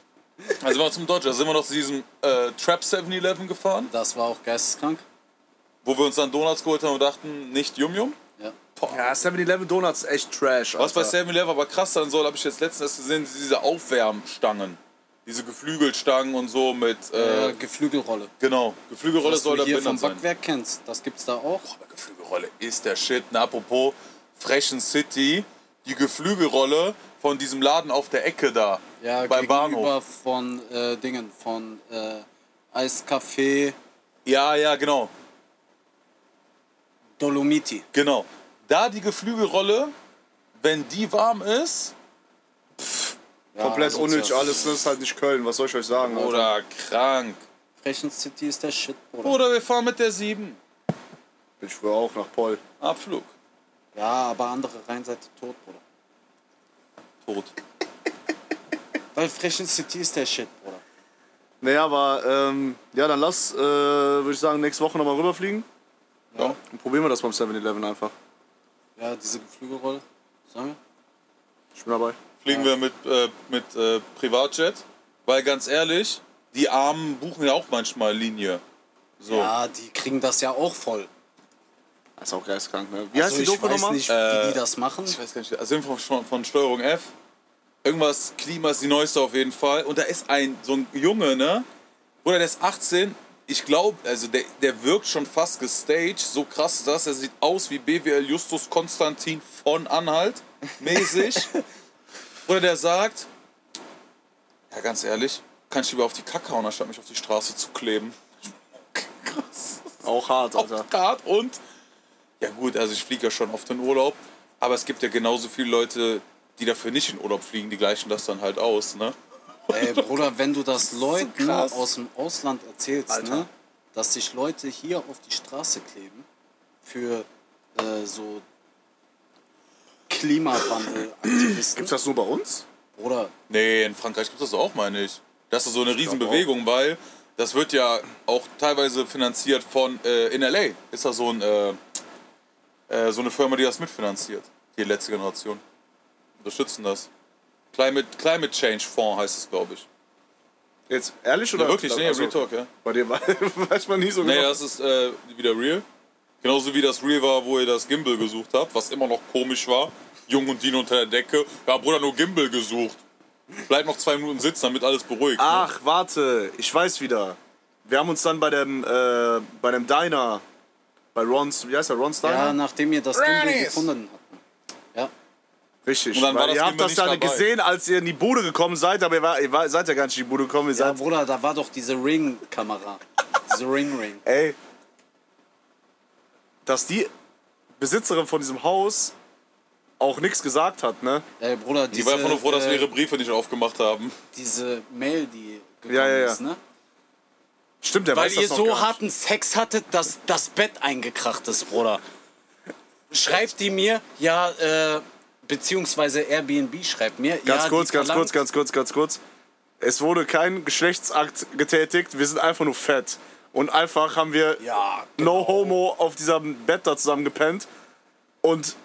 Speaker 3: also sind wir zum Dodger, sind wir noch zu diesem äh, Trap 7-Eleven gefahren,
Speaker 5: da. Das war auch geisteskrank.
Speaker 3: wo wir uns dann Donuts geholt haben und dachten, nicht Yum Yum.
Speaker 5: Ja.
Speaker 4: Ja, 7-Eleven Donuts echt trash.
Speaker 3: Was bei
Speaker 4: Alter.
Speaker 3: 7-Eleven aber krass sein soll, habe ich jetzt letztens erst gesehen, diese Aufwärmstangen. Diese Geflügelstangen und so mit, äh,
Speaker 5: Äh, Geflügelrolle.
Speaker 3: genau, Geflügelrolle
Speaker 5: Was
Speaker 3: soll
Speaker 5: du
Speaker 3: da
Speaker 5: hier vom
Speaker 3: drin sein.
Speaker 5: Backwerk kennst, das gibt's da auch.
Speaker 3: Geflügelrolle ist der Shit. Na, apropos Freshen City, die Geflügelrolle von diesem Laden auf der Ecke da,
Speaker 5: Ja,
Speaker 3: beim
Speaker 5: gegenüber
Speaker 3: Bahnhof.
Speaker 5: von äh, Dingen, von äh, Eiscafé
Speaker 3: Ja, ja, genau,
Speaker 5: Dolomiti.
Speaker 3: genau. Da die Geflügelrolle, wenn die warm ist,
Speaker 5: Ja,
Speaker 4: Komplett
Speaker 5: also
Speaker 4: unnötig
Speaker 5: tja,
Speaker 4: alles, das ist halt nicht Köln, was soll ich euch sagen? Alter?
Speaker 3: oder krank.
Speaker 5: Frechen City ist der Shit, Bruder.
Speaker 3: Oder wir fahren mit der 7.
Speaker 4: Bin ich früher auch nach Poll.
Speaker 3: Abflug.
Speaker 5: Ja, aber andere Rheinseite tot, Bruder.
Speaker 3: Tot.
Speaker 5: Weil Frechen City ist der Shit, Bruder.
Speaker 4: Naja, aber ähm, ja, dann lass, äh, würde ich sagen, nächste Woche nochmal rüberfliegen.
Speaker 3: Ja.
Speaker 4: Und probieren wir das beim 7-Eleven einfach.
Speaker 5: Ja, diese Geflügelrolle. Sollen wir?
Speaker 4: Ich bin dabei.
Speaker 3: Fliegen wir mit, äh, mit äh, Privatjet, weil ganz ehrlich, die Armen buchen ja auch manchmal Linie. So.
Speaker 5: Ja, die kriegen das ja auch voll.
Speaker 4: Das ist auch geistkrank, ne? Wie heißt
Speaker 5: Also
Speaker 4: die
Speaker 5: ich
Speaker 4: Doku
Speaker 5: weiß
Speaker 4: nochmal? Äh,
Speaker 5: nicht, wie die das machen.
Speaker 3: Ich weiß gar nicht, also Info von, von Steuerung F. Irgendwas, Klima ist die neueste auf jeden Fall. Und da ist ein, so ein Junge, ne? Bruder, der ist 18. Ich glaube, also der, der wirkt schon fast gestaged. So krass ist das. Er sieht aus wie BWL Justus Konstantin von Anhalt. Mäßig. Bruder, der sagt, ja, ganz ehrlich, kann ich lieber auf die Kacke hauen, anstatt mich auf die Straße zu kleben.
Speaker 4: Auch hart, Alter.
Speaker 3: Auf Grad und ja gut, also ich fliege ja schon oft in Urlaub, aber es gibt ja genauso viele Leute, die dafür nicht in Urlaub fliegen, die gleichen das dann halt aus, ne?
Speaker 5: Ey, Äh, Bruder, wenn du das Leuten ne,
Speaker 3: krass.
Speaker 5: aus dem Ausland erzählst,
Speaker 4: Alter.
Speaker 5: ne, dass sich Leute hier auf die Straße kleben für äh, so Klimawandelaktivisten.
Speaker 4: Gibt's das nur bei uns?
Speaker 5: Bruder,
Speaker 3: Nee, in Frankreich gibt es das auch, meine ich. Das ist so eine Riesenbewegung, weil das wird ja auch teilweise finanziert von, äh, in L.A. ist da so, ein, äh, äh, so eine Firma, die das mitfinanziert, die letzte Generation. Unterstützen das. Climate, Climate Change Fonds heißt es, glaube ich.
Speaker 4: Jetzt ehrlich oder?
Speaker 3: Ja, wirklich, nee,
Speaker 4: Achso.
Speaker 3: Real Talk, ja.
Speaker 4: Bei dir we- weiß man nie so
Speaker 3: Nee,
Speaker 4: genau.
Speaker 3: das ist äh, wieder real. Genauso wie das real war, wo ihr das Gimbal gesucht habt, was immer noch komisch war. Jung und Dino unter der Decke. Ja, Bruder, nur Gimbal gesucht. Bleib noch zwei Minuten sitzen, damit alles beruhigt. ne?
Speaker 4: Ach, warte, ich weiß wieder. Wir haben uns dann bei dem, äh, bei dem Diner, bei Ron's, wie heißt der, Ron's Diner?
Speaker 5: ja, ne. nachdem ihr das Gimbal gefunden habt. Ja,
Speaker 4: Richtig.
Speaker 3: Und dann war
Speaker 4: weil
Speaker 3: das
Speaker 4: ihr habt
Speaker 3: Gimbal
Speaker 4: das
Speaker 3: nicht
Speaker 4: dann
Speaker 3: dabei.
Speaker 4: gesehen, als ihr in die Bude gekommen seid, aber ihr, war, ihr war, seid ja gar nicht in die Bude gekommen. Ihr
Speaker 5: ja,
Speaker 4: seid,
Speaker 5: Bruder, da war doch diese Ring-Kamera. Diese Ring-Ring.
Speaker 4: ey, dass die Besitzerin von diesem Haus auch nichts gesagt hat, ne?
Speaker 5: Ey, Äh, Bruder, diese,
Speaker 3: ich war einfach nur froh, dass wir
Speaker 5: äh,
Speaker 3: ihre Briefe nicht aufgemacht haben.
Speaker 5: diese Mail, die gekommen
Speaker 4: Ja, ja, ja.
Speaker 5: ist, ne?
Speaker 4: Stimmt, der
Speaker 5: Weil
Speaker 4: weiß das
Speaker 5: ihr
Speaker 4: noch
Speaker 5: so
Speaker 4: gar nicht.
Speaker 5: harten Sex hattet, dass das Bett eingekracht ist, Bruder. Schreibt die mir, ja, äh, beziehungsweise Airbnb schreibt mir.
Speaker 4: Ganz
Speaker 5: ja,
Speaker 4: kurz,
Speaker 5: die
Speaker 4: ganz kurz,
Speaker 5: verlangt-
Speaker 4: ganz kurz, ganz kurz. Es wurde kein Geschlechtsakt getätigt, wir sind einfach nur fett. Und einfach haben wir
Speaker 5: Ja,
Speaker 3: genau.
Speaker 4: no homo auf diesem Bett da zusammen gepennt. Und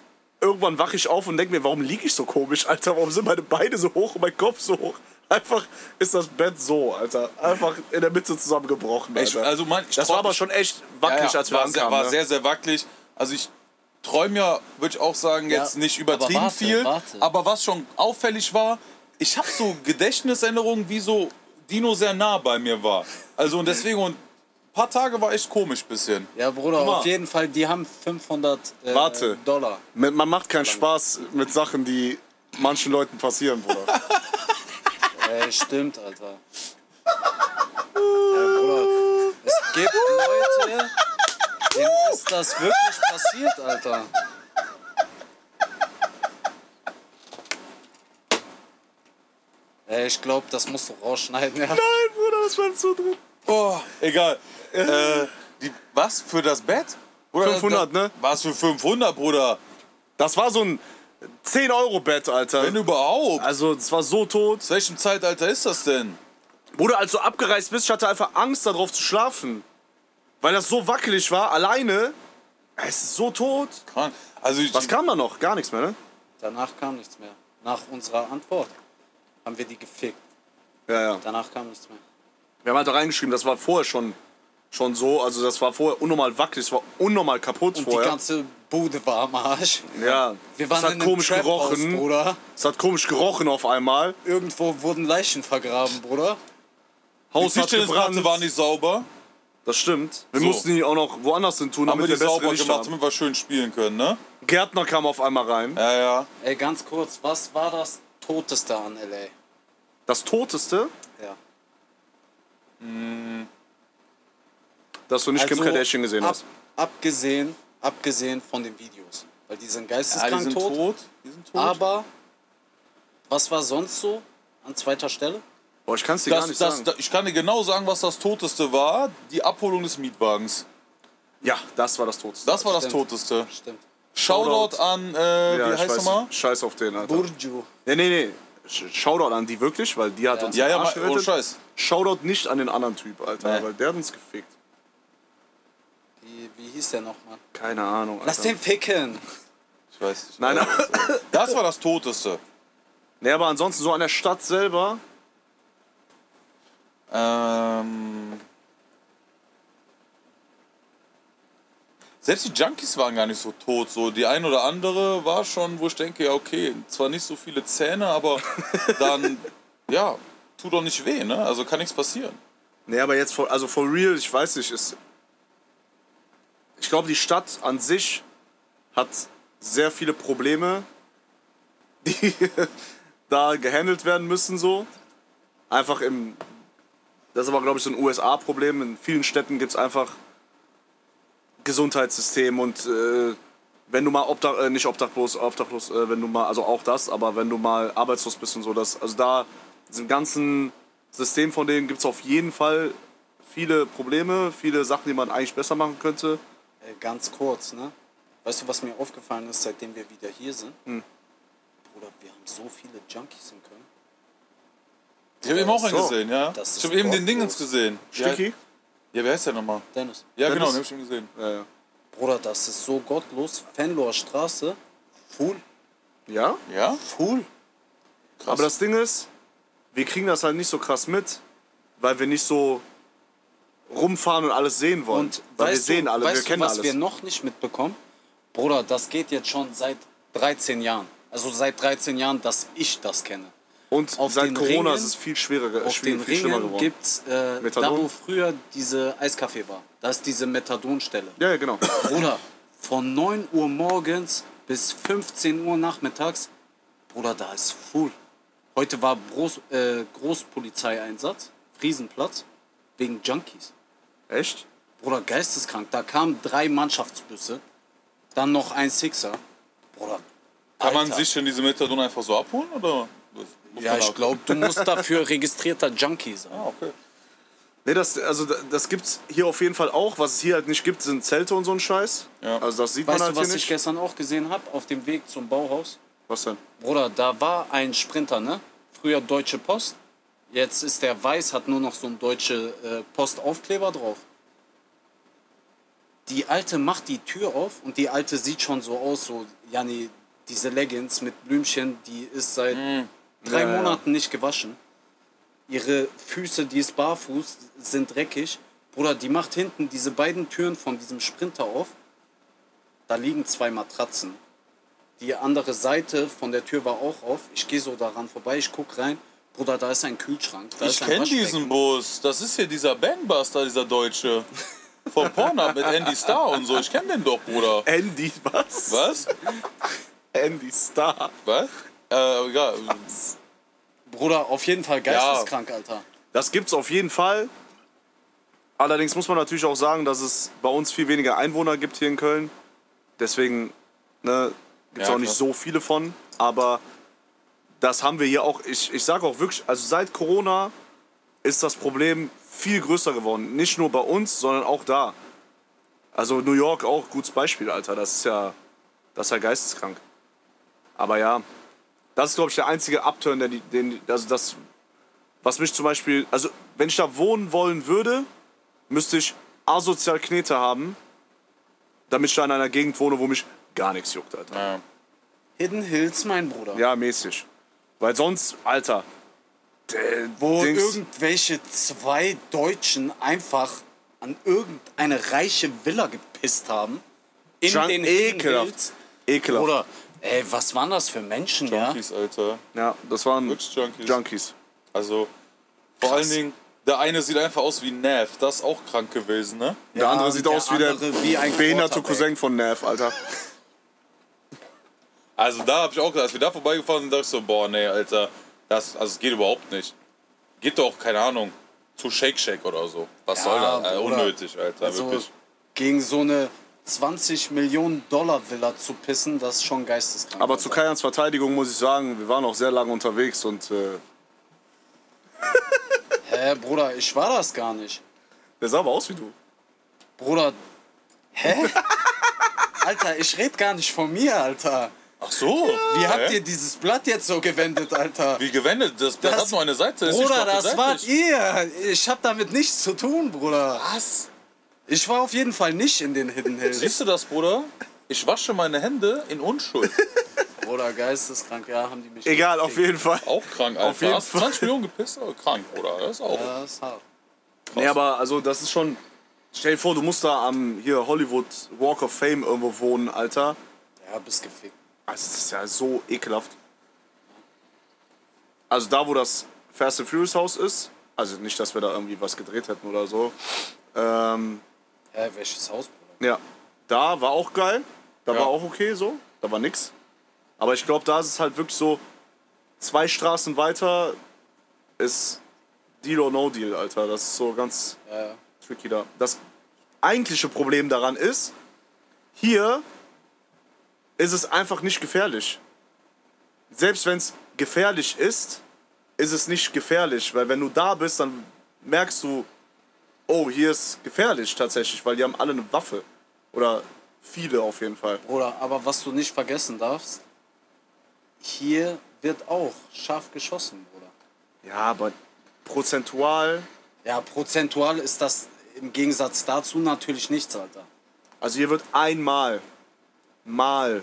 Speaker 4: irgendwann wache ich auf und denke mir, warum liege ich so komisch, Alter? Warum sind meine Beine so hoch und mein Kopf so hoch? Einfach ist das Bett so, Alter. Einfach in der Mitte zusammengebrochen,
Speaker 3: Ich,
Speaker 4: Alter.
Speaker 3: also, man, ich
Speaker 4: das war
Speaker 3: trau-
Speaker 4: aber schon echt wackelig, als wir
Speaker 3: war, sehr,
Speaker 4: ankamen.
Speaker 3: war
Speaker 4: ne?
Speaker 3: sehr, sehr wackelig. Also ich träume ja, würde ich auch sagen,
Speaker 5: Ja,
Speaker 3: jetzt nicht übertrieben
Speaker 5: aber warte,
Speaker 3: viel.
Speaker 5: warte.
Speaker 3: Aber was schon auffällig war, ich habe so Gedächtnisänderungen, wie so Dino sehr nah bei mir war. Also und deswegen, und ein paar Tage war echt komisch bisschen.
Speaker 5: Ja, Bruder,
Speaker 3: Guck mal.
Speaker 5: auf jeden Fall, die haben 500 äh,
Speaker 4: Warte.
Speaker 5: Dollar.
Speaker 4: Man man macht keinen Spaß mit Sachen, die manchen Leuten passieren, Bruder.
Speaker 5: Äh, stimmt, Alter. ja, Bruder, es gibt Leute, denen ist das wirklich passiert, Alter. Äh, ich glaube, das musst du rausschneiden, ja.
Speaker 4: Nein, Bruder, das war zu drin.
Speaker 3: Oh, egal. äh, die, was für das Bett? Bruder,
Speaker 4: 500,
Speaker 3: das,
Speaker 4: ne?
Speaker 3: Was für 500, Bruder?
Speaker 4: Das war so ein 10-Euro-Bett, Alter.
Speaker 3: Wenn überhaupt.
Speaker 4: Also, das war so tot.
Speaker 3: Aus welchem Zeitalter ist das denn?
Speaker 4: Bruder, als du abgereist bist, ich hatte einfach Angst, darauf zu schlafen. Weil das so wackelig war, alleine. Es ist so tot.
Speaker 3: Krank. Also ich,
Speaker 4: Was kam da noch? Gar nichts mehr, ne?
Speaker 5: Danach kam nichts mehr. Nach unserer Antwort haben wir die gefickt.
Speaker 4: Ja, ja.
Speaker 5: Danach kam nichts mehr.
Speaker 4: Wir haben halt da reingeschrieben, das war vorher schon, schon so. Also, das war vorher unnormal wackelig, es war unnormal kaputt
Speaker 5: Und die
Speaker 4: vorher.
Speaker 5: ganze Bude war am Arsch.
Speaker 4: Ja,
Speaker 5: Wir waren
Speaker 4: es hat
Speaker 5: in einem
Speaker 4: komisch
Speaker 5: Trap
Speaker 4: gerochen.
Speaker 5: House, Bruder.
Speaker 4: Es hat komisch gerochen auf einmal.
Speaker 5: Irgendwo wurden Leichen vergraben, Bruder.
Speaker 4: Haus
Speaker 3: Die
Speaker 4: hat gebrannt.
Speaker 3: Tischtennisplatte war nicht sauber,
Speaker 4: Das stimmt. Wir
Speaker 3: So.
Speaker 4: mussten ihn auch noch woanders hin tun,
Speaker 3: haben wir
Speaker 4: damit
Speaker 3: die
Speaker 4: wir bessere
Speaker 3: sauber
Speaker 4: Licht
Speaker 3: gemacht,
Speaker 4: haben.
Speaker 3: damit wir schön spielen können, ne?
Speaker 4: Gärtner kam auf einmal rein.
Speaker 3: Ja, ja.
Speaker 5: Ey, ganz kurz, was war das Toteste an L.A.?
Speaker 4: Das Toteste,
Speaker 5: Ja.
Speaker 4: dass du nicht Kim
Speaker 3: Also
Speaker 4: Kardashian gesehen hast.
Speaker 5: Also, Abgesehen, abgesehen von den Videos. Weil die sind
Speaker 3: ja
Speaker 5: geisteskrank
Speaker 3: die sind
Speaker 5: tot,
Speaker 3: tot. Die sind tot.
Speaker 5: Aber was war sonst so an zweiter Stelle?
Speaker 4: Boah, ich kann es dir gar
Speaker 3: das,
Speaker 4: nicht
Speaker 3: das,
Speaker 4: sagen.
Speaker 3: da- ich kann dir genau sagen, was das Toteste war. Die Abholung des Mietwagens.
Speaker 4: ja, das war das Toteste.
Speaker 3: Das war das
Speaker 5: Stimmt.
Speaker 3: Toteste.
Speaker 5: Stimmt.
Speaker 3: Shoutout
Speaker 4: Shoutout.
Speaker 3: an, äh,
Speaker 4: ja,
Speaker 3: wie
Speaker 4: ich
Speaker 3: heißt
Speaker 4: weiß
Speaker 3: nochmal?
Speaker 4: nicht. Scheiß auf den, Alter.
Speaker 5: Burju.
Speaker 4: Nee, nee, nee. Sch- Shoutout an die wirklich, weil die hat uns
Speaker 3: Ja,
Speaker 4: den
Speaker 3: ja,
Speaker 4: Arsch
Speaker 3: ma- ohne
Speaker 4: gerettet.
Speaker 3: Scheiß.
Speaker 4: Shoutout nicht an den anderen Typ, Alter,
Speaker 3: Nee.
Speaker 4: weil der hat uns gefickt.
Speaker 5: Wie, wie hieß der nochmal?
Speaker 4: Keine Ahnung, Alter.
Speaker 5: Lass den ficken!
Speaker 3: Ich weiß nicht.
Speaker 4: Nein, aber-
Speaker 3: Das war das Toteste.
Speaker 4: nee, aber ansonsten so an der Stadt selber.
Speaker 3: Ähm. Selbst die Junkies waren gar nicht so tot. So die ein oder andere war schon, wo ich denke, ja okay, zwar nicht so viele Zähne, aber dann ja, tut doch nicht weh, ne? Also kann nichts passieren.
Speaker 4: Nee, aber jetzt, for, also for real, ich weiß nicht, ist. Ich glaube, die Stadt an sich hat sehr viele Probleme, die da gehandelt werden müssen, so. Einfach im. Das ist aber, glaube ich, so ein USA-Problem. In vielen Städten gibt es einfach Gesundheitssystem und äh, wenn du mal obdach, äh, nicht obdachlos, obdachlos, äh, wenn du mal, also auch das, aber wenn du mal arbeitslos bist und so, das, also da, diesem ganzen System von denen gibt es auf jeden Fall viele Probleme, viele Sachen, die man eigentlich besser machen könnte.
Speaker 5: Äh, ganz kurz, ne? Weißt du, was mir aufgefallen ist, seitdem wir wieder hier sind? Bruder, wir haben so viele Junkies in Köln.
Speaker 3: Ich habe eben auch einen
Speaker 4: So.
Speaker 3: gesehen, ja.
Speaker 5: Das ist
Speaker 3: Ich habe eben den Dingens
Speaker 5: gottlos.
Speaker 3: gesehen.
Speaker 4: Sticky?
Speaker 3: Ja, ja, wer heißt der nochmal?
Speaker 5: Dennis.
Speaker 3: Ja,
Speaker 4: Dennis?
Speaker 3: genau, den habe ich schon gesehen.
Speaker 4: Ja, ja.
Speaker 5: Bruder, das ist so gottlos. Fenloer Straße. Full.
Speaker 4: ja?
Speaker 3: Ja?
Speaker 5: Full.
Speaker 3: Krass.
Speaker 4: Aber das Ding ist, wir kriegen das halt nicht so krass mit, weil wir nicht so rumfahren und alles sehen wollen.
Speaker 5: Und
Speaker 4: weil wir
Speaker 5: weißt
Speaker 4: sehen
Speaker 5: du,
Speaker 4: alle,
Speaker 5: weißt
Speaker 4: wir kennen
Speaker 5: du, was
Speaker 4: alles.
Speaker 5: wir noch nicht mitbekommen? Bruder, das geht jetzt schon seit 13 Jahren. Also seit 13 Jahren, dass ich das kenne.
Speaker 4: und
Speaker 5: auf
Speaker 4: seit
Speaker 5: den
Speaker 4: Corona
Speaker 5: Ringen-
Speaker 4: ist es viel schwerer, ge-
Speaker 5: Auf
Speaker 4: Äh, viel,
Speaker 5: den
Speaker 4: viel schlimmer
Speaker 5: Ringen
Speaker 4: geworden.
Speaker 5: gibt es, äh, da
Speaker 4: Methadon?
Speaker 5: wo früher diese Eiskaffee war, da ist diese Methadonstelle.
Speaker 4: ja, ja, genau.
Speaker 5: Bruder, von 9 Uhr morgens bis 15 Uhr nachmittags, Bruder, da ist full. Heute war Groß, äh, Großpolizeieinsatz, Friesenplatz, wegen Junkies.
Speaker 4: Echt?
Speaker 5: Bruder, geisteskrank. Da kamen drei Mannschaftsbüsse, dann noch ein Sixer. Bruder.
Speaker 3: Kann man
Speaker 5: Alter.
Speaker 3: sich denn diese Methadon einfach so abholen? Oder? Das muss
Speaker 5: Ja,
Speaker 3: man
Speaker 5: ich
Speaker 3: ab-
Speaker 5: glaube, du musst dafür registrierter Junkie sein.
Speaker 3: Ah, okay.
Speaker 4: Nee, das, also da- das gibt's hier auf jeden Fall auch. Was es hier halt nicht gibt, sind Zelte und so ein Scheiß.
Speaker 3: Ja.
Speaker 4: Also das sieht man
Speaker 5: Weißt du,
Speaker 4: halt
Speaker 5: was
Speaker 4: hier
Speaker 5: ich
Speaker 4: nicht.
Speaker 5: gestern auch gesehen habe auf dem Weg zum Bauhaus?
Speaker 4: was denn?
Speaker 5: Bruder, da war ein Sprinter, ne? Früher Deutsche Post. Jetzt ist der weiß, hat nur noch so einen deutsche äh, Postaufkleber drauf. Die alte macht die Tür auf und die alte sieht schon so aus, so, Jani, diese Leggings mit Blümchen, die ist seit drei
Speaker 4: Mhm. Ja, ja.
Speaker 5: Monaten nicht gewaschen. Ihre Füße, die ist barfuß, sind dreckig. Bruder, die macht hinten diese beiden Türen von diesem Sprinter auf. Da liegen zwei Matratzen. Die andere Seite von der Tür war auch auf. Ich gehe so daran vorbei, ich guck rein. Bruder, da ist ein Kühlschrank. Da
Speaker 3: Ich
Speaker 5: ist ein
Speaker 3: kenne
Speaker 5: Waschbecken.
Speaker 3: diesen Bus. Das ist hier dieser Bandbuster, dieser Deutsche. Vom Pornhub mit Andy Star und so. Ich kenne den doch, Bruder.
Speaker 4: Andy, was?
Speaker 3: Was?
Speaker 4: Andy Star.
Speaker 3: Was? Äh, egal.
Speaker 5: Bruder, auf jeden Fall geisteskrank, Alter.
Speaker 4: Das gibt's auf jeden Fall. Allerdings muss man natürlich auch sagen, dass es bei uns viel weniger Einwohner gibt hier in Köln. Deswegen ne, gibt es
Speaker 3: Ja,
Speaker 4: auch nicht
Speaker 3: klar.
Speaker 4: so viele von. Aber das haben wir hier auch. Ich, ich sage auch wirklich, also seit Corona ist das Problem viel größer geworden. Nicht nur bei uns, sondern auch da. Also New York auch gutes Beispiel, Alter. Das ist ja, das ist ja geisteskrank. Aber ja, das ist, glaube ich, der einzige Upturn, der, die- den, also das, was mich zum Beispiel, also wenn ich da wohnen wollen würde, müsste ich asozial Knete haben, damit ich da in einer Gegend wohne, wo mich gar nichts juckt, Alter.
Speaker 3: Ja.
Speaker 5: Hidden Hills, mein Bruder.
Speaker 4: Ja, mäßig. Weil sonst, Alter, d-
Speaker 5: Äh, Wo
Speaker 4: Dings-
Speaker 5: irgendwelche zwei Deutschen einfach an irgendeine reiche Villa gepisst haben in
Speaker 4: Junk-
Speaker 5: den
Speaker 4: ekelhaft.
Speaker 5: Hills.
Speaker 4: Ekelhaft.
Speaker 5: Oder, ey, was waren das für Menschen, ja?
Speaker 3: Junkies, Alter.
Speaker 4: Ja, das waren
Speaker 3: Wirklich Junkies.
Speaker 4: Junkies.
Speaker 3: Also, vor allen Dingen, der eine sieht einfach aus wie Nav. Das ist auch krank gewesen, ne?
Speaker 4: Der andere sieht
Speaker 5: der
Speaker 4: aus wie der
Speaker 5: andere wie ein
Speaker 4: behinderte
Speaker 5: Quarterback.
Speaker 4: Cousin von Nerv, Alter.
Speaker 3: Also, da habe ich auch gedacht, als wir da vorbeigefahren sind, dachte ich so, boah, nee, Alter. Das, also, es geht überhaupt nicht. Geht doch, keine Ahnung, zu Shake Shack oder so. Was soll das? Äh,
Speaker 5: Bruder.
Speaker 3: unnötig, Alter,
Speaker 5: Also,
Speaker 3: wirklich.
Speaker 5: Gegen so eine 20 Millionen Dollar Villa zu pissen, das ist schon geisteskrank.
Speaker 4: Aber zu
Speaker 5: Alter.
Speaker 4: Kayans Verteidigung muss ich sagen, wir waren auch sehr lange unterwegs und äh,
Speaker 5: Hä, Bruder, ich war das gar nicht.
Speaker 4: der sah aber aus wie du.
Speaker 5: Bruder. Hä? Alter, ich red gar nicht von mir, Alter.
Speaker 3: Ach so.
Speaker 5: Wie habt
Speaker 3: Hä?
Speaker 5: ihr dieses Blatt jetzt so gewendet, Alter?
Speaker 3: Wie gewendet? Das, das,
Speaker 5: Das-
Speaker 3: hat nur eine Seite. ist
Speaker 5: Bruder,
Speaker 3: nicht
Speaker 5: das wart
Speaker 3: doppelseitig.
Speaker 5: ihr. Ich hab damit nichts zu tun, Bruder.
Speaker 3: Was?
Speaker 5: Ich war auf jeden Fall nicht in den Hidden Hills.
Speaker 3: Siehst du das, Bruder? Ich wasche meine Hände in Unschuld.
Speaker 5: Bruder, geisteskrank, ja, haben die mich.
Speaker 4: Egal, auf jeden Fall.
Speaker 3: Auch krank, Alter.
Speaker 4: Auf jeden
Speaker 3: Hast du 20 Millionen gepisst, aber krank, Bruder. Das ist auch.
Speaker 5: Ja, das ist hart.
Speaker 4: Nee, aber also das ist schon. Stell dir vor, du musst da am hier Hollywood Walk of Fame irgendwo wohnen, Alter.
Speaker 5: Ja, bist gefickt.
Speaker 4: Also das ist ja so ekelhaft. Also da, wo das Fast and Furious Haus ist, also nicht, dass wir da irgendwie was gedreht hätten oder so. Ähm,
Speaker 5: Hä, welches Haus, Bruder?
Speaker 4: ja, da war auch geil. Da
Speaker 3: Ja.
Speaker 4: war auch okay so. Da war nix. Aber ich glaube, da ist es halt wirklich so, zwei Straßen weiter ist Deal or No Deal, Alter. Das ist so ganz
Speaker 5: Ja, ja.
Speaker 4: tricky da. Das eigentliche Problem daran ist, hier ist es einfach nicht gefährlich. Selbst wenn es gefährlich ist, ist es nicht gefährlich, weil wenn du da bist, dann merkst du, oh, hier ist gefährlich tatsächlich, weil die haben alle eine Waffe. Oder viele auf jeden Fall.
Speaker 5: Bruder, aber was du nicht vergessen darfst, hier wird auch scharf geschossen, Bruder.
Speaker 4: Ja, aber prozentual,
Speaker 5: Ja, prozentual ist das im Gegensatz dazu natürlich nichts, Alter.
Speaker 4: also hier wird einmal, mal,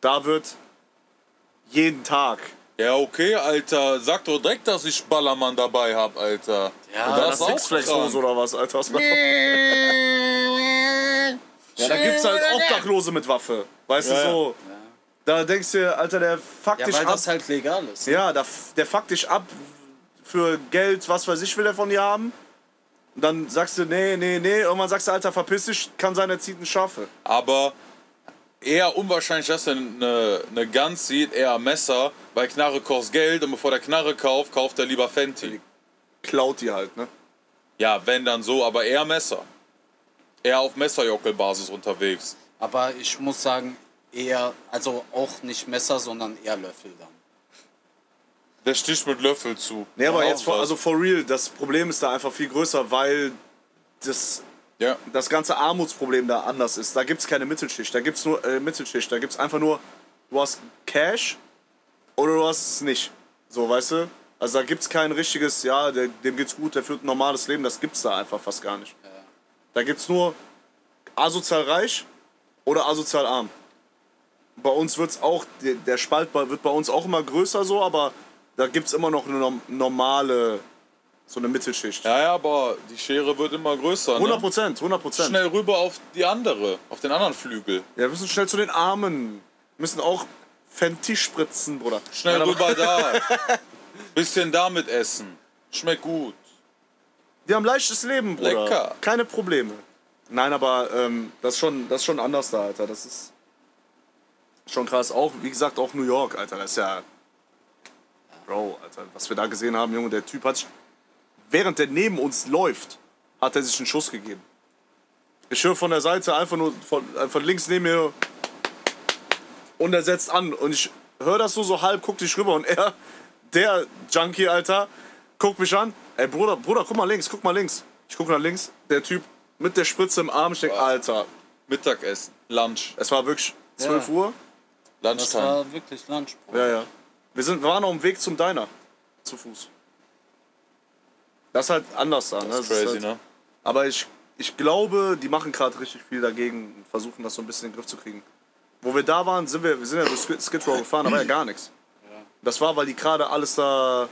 Speaker 4: da wird jeden Tag
Speaker 3: Ja, okay, Alter. Sag doch direkt, dass ich Ballermann dabei hab, Alter.
Speaker 5: Ja,
Speaker 3: Und
Speaker 4: Das Six Flags Hose oder was, Alter. Was ja, da gibt's halt Obdachlose mit Waffe. Weißt
Speaker 3: Ja,
Speaker 4: du
Speaker 3: ja.
Speaker 4: so. Da denkst du, dir, Alter, der fuckt
Speaker 5: Ja,
Speaker 4: dich
Speaker 5: weil
Speaker 4: ab.
Speaker 5: das halt legal ist.
Speaker 4: ja, der, der fuckt dich ab für Geld, was weiß ich, will er von dir haben. Und dann sagst du, nee, nee, nee. Irgendwann sagst du, Alter, verpiss dich, kann sein, er zieht einen Schafe.
Speaker 3: Aber eher unwahrscheinlich, dass er eine, eine Gans sieht, eher ein Messer, weil Knarre kostet Geld und bevor der Knarre kauft, kauft er lieber Fenty.
Speaker 4: Klaut die halt, ne?
Speaker 3: Ja, wenn dann so, aber eher Messer. Eher auf Messerjockelbasis unterwegs.
Speaker 5: Aber ich muss sagen, eher, also auch nicht Messer, sondern eher Löffel dann.
Speaker 3: Der sticht mit Löffel zu.
Speaker 4: Nee, aber
Speaker 3: Ja,
Speaker 4: jetzt, for,
Speaker 3: was.
Speaker 4: also for real, das Problem ist da einfach viel größer, weil das
Speaker 3: Ja.
Speaker 4: das ganze Armutsproblem da anders ist. Da gibt es keine Mittelschicht, da gibt es nur äh, Mittelschicht, da gibt es einfach nur, du hast Cash oder du hast es nicht. So, weißt du? Also da gibt es kein richtiges, ja, der, dem geht's gut, der führt ein normales Leben, das gibt's da einfach fast gar nicht. Da gibt's nur asozial reich oder asozial arm. Bei uns wird's auch, der- der Spalt bei- wird bei uns auch immer größer so, aber da gibt's immer noch eine norm- normale, so eine Mittelschicht.
Speaker 3: ja, ja, aber die Schere wird immer größer.
Speaker 4: 100
Speaker 3: Ne?
Speaker 4: Prozent, 100 Prozent.
Speaker 3: Schnell rüber auf die andere, auf den anderen Flügel.
Speaker 4: Ja, wir müssen schnell zu den Armen. Wir müssen auch Fenty spritzen, Bruder.
Speaker 3: Schnell rüber da. Bisschen damit essen. Schmeckt gut.
Speaker 4: Die haben leichtes Leben, Bruder.
Speaker 3: Lecker.
Speaker 4: Keine Probleme. Nein, aber ähm, das, ist schon, das ist schon anders da, Alter. Das ist schon krass. Auch, wie gesagt, auch New York, Alter. Das ist ja... Bro, Alter, was wir da gesehen haben, Junge, der Typ hat sich... Während der neben uns läuft, hat er sich einen Schuss gegeben. Ich höre von der Seite einfach nur von, äh, von links neben mir und er setzt an und ich höre das so so halb, guck dich rüber und er, der Junkie, Alter, guckt mich an. Ey Bruder, Bruder, guck mal links, guck mal links. Ich guck nach links, der Typ mit der Spritze im Arm, ich denk, Alter,
Speaker 3: Mittagessen. Lunch.
Speaker 4: es war wirklich 12
Speaker 5: Ja.
Speaker 4: Uhr.
Speaker 5: Das
Speaker 3: Lunchtime.
Speaker 5: war wirklich Lunch, Bruder.
Speaker 4: Ja, ja. Wir, sind, wir waren auf dem Weg zum Diner, zu Fuß. Das ist halt anders da, ne?
Speaker 3: Das ist
Speaker 4: Das ist
Speaker 3: crazy,
Speaker 4: halt,
Speaker 3: ne?
Speaker 4: Aber ich, ich glaube, die machen gerade richtig viel dagegen und versuchen das so ein bisschen in den Griff zu kriegen. Wo wir da waren, sind wir, wir sind ja durch Skid, Skid Row gefahren, da war ja gar nichts. Das war, weil die gerade alles da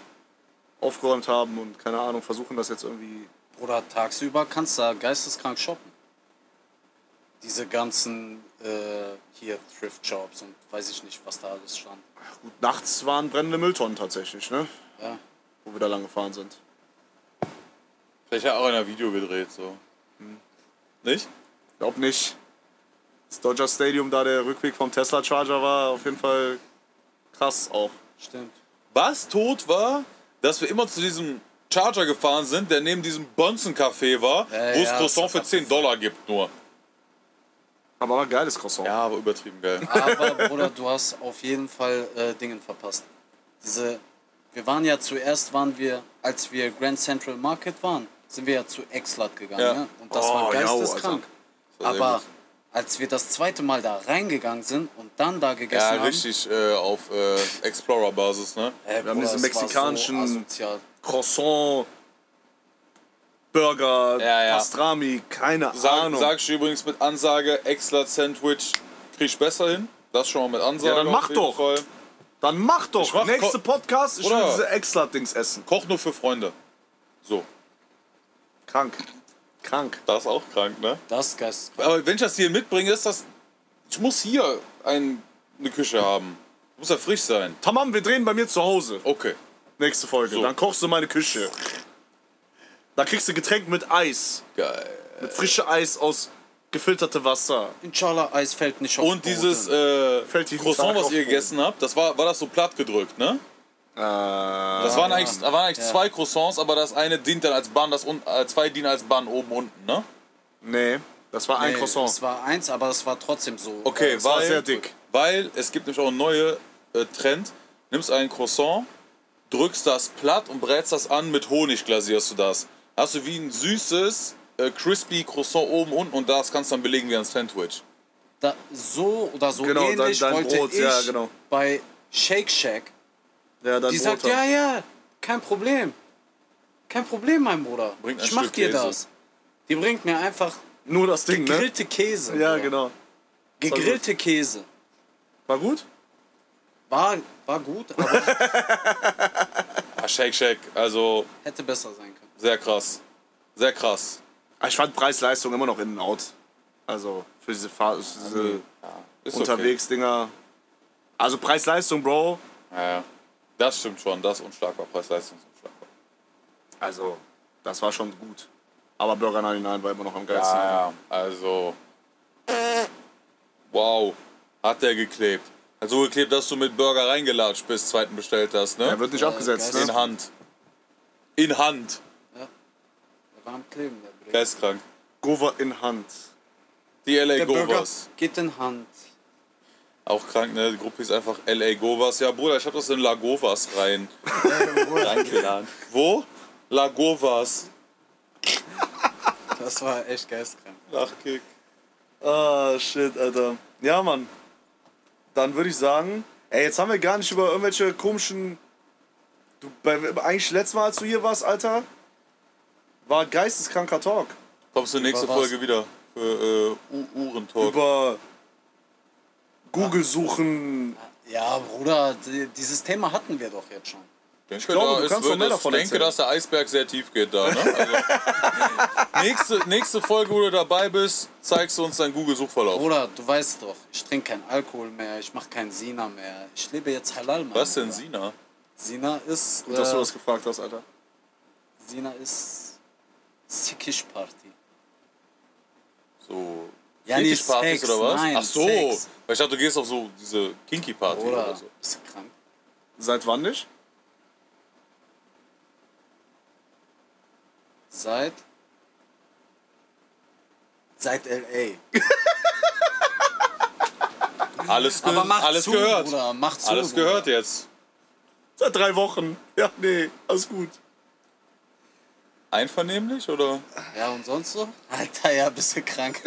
Speaker 4: aufgeräumt haben und keine Ahnung, versuchen das jetzt irgendwie.
Speaker 5: Bruder, tagsüber kannst du da geisteskrank shoppen. diese ganzen äh, hier Thrift Shops und weiß ich nicht, was da alles stand.
Speaker 4: Gut, nachts waren brennende Mülltonnen tatsächlich, ne?
Speaker 5: Ja.
Speaker 4: Wo wir da lang gefahren sind.
Speaker 3: Vielleicht hat auch einer Video gedreht, so.
Speaker 5: Hm.
Speaker 3: Nicht?
Speaker 4: Glaub nicht. Das Dodger Stadium, da der Rückweg vom Tesla Charger war, auf jeden Fall krass auch.
Speaker 5: Stimmt.
Speaker 3: Was tot war, dass wir immer zu diesem Charger gefahren sind, der neben diesem Bonzen-Café war,
Speaker 5: Ja,
Speaker 3: wo es
Speaker 5: ja,
Speaker 3: Croissant
Speaker 5: das
Speaker 3: für
Speaker 5: hat-
Speaker 3: 10 Dollar gibt nur.
Speaker 4: Aber war ein geiles Croissant.
Speaker 3: Ja, aber übertrieben geil.
Speaker 5: Aber Bruder, du hast auf jeden Fall äh, Dingen verpasst. Diese, wir waren ja zuerst, waren wir, als wir Grand Central Market waren, sind wir ja zu Exlat gegangen.
Speaker 3: Ja.
Speaker 5: Ne? Und das
Speaker 4: Oh,
Speaker 5: war
Speaker 4: ja, also.
Speaker 5: geisteskrank.
Speaker 3: war sehr
Speaker 5: Aber
Speaker 3: gut.
Speaker 5: als wir das zweite Mal da reingegangen sind und dann da gegessen
Speaker 3: Ja,
Speaker 5: haben,
Speaker 3: richtig äh, auf äh, Explorer-Basis, ne?
Speaker 5: Äh,
Speaker 4: Wir haben diese
Speaker 5: es war
Speaker 4: mexikanischen-
Speaker 5: So asozial.
Speaker 4: Croissant, Burger,
Speaker 3: Ja, ja.
Speaker 4: Pastrami, keine
Speaker 3: Sag,
Speaker 4: Ahnung.
Speaker 3: sagst du übrigens mit Ansage, Exler Sandwich krieg ich besser hin. Das schon mal mit Ansage.
Speaker 4: Ja, dann mach
Speaker 3: auf jeden
Speaker 4: doch.
Speaker 3: Fall.
Speaker 4: Dann mach doch.
Speaker 3: Ich mach
Speaker 4: Nächste
Speaker 3: Ko-
Speaker 4: Podcast, ich will
Speaker 3: Bruder.
Speaker 4: diese Extra-Dings essen.
Speaker 3: Koch nur für Freunde. So,
Speaker 4: Krank. Krank.
Speaker 3: das ist auch krank, ne?
Speaker 5: Das ist geist.
Speaker 3: Aber wenn ich das hier mitbringe, ist das. Ich muss hier ein, eine Küche haben. Muss ja frisch sein.
Speaker 4: Tamam, wir drehen bei mir zu Hause.
Speaker 3: Okay.
Speaker 4: Nächste Folge.
Speaker 3: So.
Speaker 4: Dann kochst du meine Küche. Da kriegst du Getränk mit Eis.
Speaker 3: Geil.
Speaker 4: Mit frischem Eis aus gefilterte Wasser.
Speaker 5: Inshallah, Eis fällt nicht auf
Speaker 3: Und
Speaker 5: den Boden.
Speaker 3: dieses äh,
Speaker 4: Fällt jeden
Speaker 3: Croissant,
Speaker 4: Tag
Speaker 3: was
Speaker 4: auf
Speaker 3: ihr
Speaker 4: Boden.
Speaker 3: gegessen habt, das war, war das so platt gedrückt, ne?
Speaker 4: Äh,
Speaker 3: Das waren eigentlich, da waren eigentlich
Speaker 5: Ja.
Speaker 3: zwei Croissants, aber das eine dient dann als Bun, das un, äh, zwei dienen als Bun oben unten, ne?
Speaker 4: Nee, das war ein
Speaker 5: Nee,
Speaker 4: Croissant.
Speaker 5: Es war eins, aber es war trotzdem so. Äh,
Speaker 3: Okay,
Speaker 4: das
Speaker 3: weil,
Speaker 4: war sehr dick.
Speaker 3: weil es gibt nämlich auch einen neuen äh, Trend. Nimmst einen Croissant, drückst das platt und brätst das an, mit Honig glasierst du das. Hast du wie ein süßes, äh, crispy Croissant oben unten und das kannst du dann belegen wie ein Sandwich.
Speaker 5: Da, so oder so
Speaker 4: Genau, dein-
Speaker 5: ähnlich
Speaker 4: dein
Speaker 5: wollte
Speaker 4: Brot,
Speaker 5: ich
Speaker 4: ja, genau.
Speaker 5: bei Shake Shack.
Speaker 4: ja, dann
Speaker 5: Die sagt, ja, ja, kein Problem. Kein Problem, mein Bruder.
Speaker 3: Bringt ein
Speaker 5: ich mach
Speaker 3: Stück
Speaker 5: dir
Speaker 3: Käse.
Speaker 5: das. Die bringt mir einfach
Speaker 4: Nur das Ding, ne?
Speaker 5: gegrillte Käse.
Speaker 4: Ja,
Speaker 5: Bruder.
Speaker 4: genau.
Speaker 5: Gegrillte Käse.
Speaker 4: War gut?
Speaker 5: War, war gut, aber
Speaker 3: Ah, Shake Shack, also
Speaker 5: hätte besser sein können.
Speaker 3: sehr krass. Sehr krass.
Speaker 4: Ah, Ich fand Preis-Leistung immer noch in und out. Also für diese, Fahr diese
Speaker 3: Ist
Speaker 4: Unterwegs-Dinger. Also Preis-Leistung, Bro.
Speaker 3: Okay. Ja, ja. Das stimmt schon, das ist unschlagbar. Preis-Leistung ist unschlagbar.
Speaker 4: Also, das war schon gut. Aber Burger 99 war immer noch am geilsten.
Speaker 3: Ja, ja, also. Wow, hat der geklebt. Hat so geklebt, dass du mit Burger reingelatscht bist, zweiten bestellt hast, ne?
Speaker 4: Er wird nicht abgesetzt,
Speaker 5: geil.
Speaker 3: In
Speaker 4: ne?
Speaker 3: Hand. In Hand.
Speaker 5: Der war am Kleben, der Bruder.
Speaker 3: Geistkrank.
Speaker 4: Gover in Hand.
Speaker 3: Die LA
Speaker 5: Der Burger
Speaker 3: Govers.
Speaker 5: geht in Hand.
Speaker 3: Auch krank, ne? Die Gruppe ist einfach LA Govers. Ja, Bruder, ich hab das in Lagovas rein. Reingeladen. Wo? Lagovas.
Speaker 5: Das war echt geistkrank.
Speaker 3: Lachkick.
Speaker 4: Ah, shit, Alter. Ja, Mann. Dann würde ich sagen, ey, jetzt haben wir gar nicht über irgendwelche komischen. Du, bei, eigentlich letztes Mal, als du hier warst, Alter, war geisteskranker Talk.
Speaker 3: Kommst du nächste
Speaker 5: was?
Speaker 3: Folge wieder für äh, U- Uhrentalk.
Speaker 4: Über Google-Suchen.
Speaker 5: Ja, Bruder, die- dieses Thema hatten wir doch jetzt schon.
Speaker 3: Ich
Speaker 4: glaube, du kannst noch mehr davon
Speaker 3: denke,
Speaker 4: erzählen.
Speaker 3: dass der Eisberg sehr tief geht da. Ne? Also, nächste, nächste Folge, wo du dabei bist, zeigst du uns deinen Google-Suchverlauf.
Speaker 5: Bruder, du weißt doch, ich trinke keinen Alkohol mehr, ich mache keinen Sina mehr. Ich lebe jetzt halal, Mann.
Speaker 3: Was denn
Speaker 5: Bruder.
Speaker 3: Sina?
Speaker 5: Sina ist.
Speaker 4: Gut, dass
Speaker 5: äh,
Speaker 4: du das gefragt hast, Alter.
Speaker 5: Sina ist. Sickish Party.
Speaker 3: So
Speaker 5: Ja, nee,
Speaker 3: Fetischpartys
Speaker 5: Sex,
Speaker 3: oder was?
Speaker 5: nein,
Speaker 3: Ach so,
Speaker 5: Sex.
Speaker 3: weil ich dachte, du gehst auf so diese Kinky-Party oder,
Speaker 5: Bruder,
Speaker 4: also.
Speaker 3: so.
Speaker 5: bist du krank?
Speaker 4: Seit wann nicht?
Speaker 5: Seit. Seit L.A.
Speaker 3: Alles, ge
Speaker 5: Aber mach
Speaker 3: alles
Speaker 5: zu,
Speaker 3: gehört.
Speaker 5: Bruder, mach zu.
Speaker 3: Alles
Speaker 5: Bruder.
Speaker 3: gehört jetzt.
Speaker 4: Seit drei Wochen. Ja, nee, alles gut.
Speaker 3: Einvernehmlich oder?
Speaker 5: Ja, und sonst so? Alter, ja, bist du krank.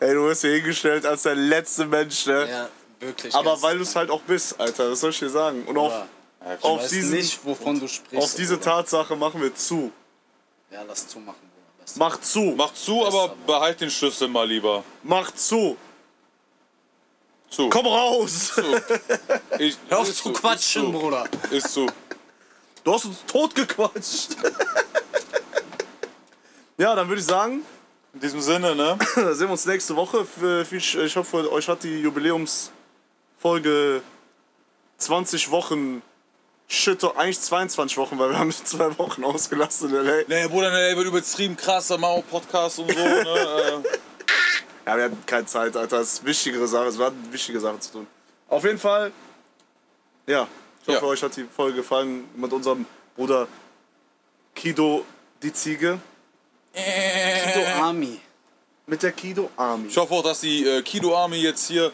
Speaker 4: Ey, du wirst hier hingestellt als der letzte Mensch, ne?
Speaker 5: ja, wirklich.
Speaker 4: Aber
Speaker 5: ganz
Speaker 4: weil du es
Speaker 5: krank.
Speaker 4: halt auch bist, Alter, was soll ich dir sagen? Und
Speaker 5: Bruder,
Speaker 4: auf,
Speaker 3: Ja,
Speaker 4: auf
Speaker 5: Weißt
Speaker 4: diesen,
Speaker 5: nicht, wovon du sprichst.
Speaker 4: auf diese
Speaker 5: Bruder.
Speaker 4: Tatsache machen wir zu.
Speaker 5: Ja, lass zumachen, Bruder. Lass
Speaker 4: Mach zu, mach,
Speaker 3: Mach zu, aber
Speaker 5: ne?
Speaker 3: behalt den Schlüssel mal lieber.
Speaker 4: mach zu.
Speaker 3: Zu.
Speaker 4: Komm raus!
Speaker 3: Ich,
Speaker 5: Hör auf
Speaker 3: ist zu,
Speaker 5: zu quatschen,
Speaker 3: ist zu,
Speaker 5: Bruder.
Speaker 3: Ist zu.
Speaker 4: Du hast uns tot gequatscht. Ja, dann würde ich sagen,
Speaker 3: In diesem Sinne, ne?
Speaker 4: Da sehen wir uns nächste Woche. Äh, viel Sch- Ich hoffe, euch hat die Jubiläumsfolge 20 Wochen. Shit, doch eigentlich 22 Wochen, weil wir haben zwei Wochen ausgelassen in LA.
Speaker 3: Nee, Bruder, nee, wird übertrieben krass, dann machen wir Podcast und so, ne? äh,
Speaker 4: Ja, wir hatten keine Zeit, Alter. Das ist wichtigere Sache. Es waren wichtige Sachen zu tun. Auf jeden Fall, ja. Ich hoffe,
Speaker 3: Ja.
Speaker 4: euch hat die Folge gefallen mit unserem Bruder Kido die Ziege.
Speaker 5: Kido
Speaker 3: Äh.
Speaker 5: Army.
Speaker 4: Mit der Kido Army.
Speaker 3: Ich hoffe auch, dass die äh, Kido Army jetzt hier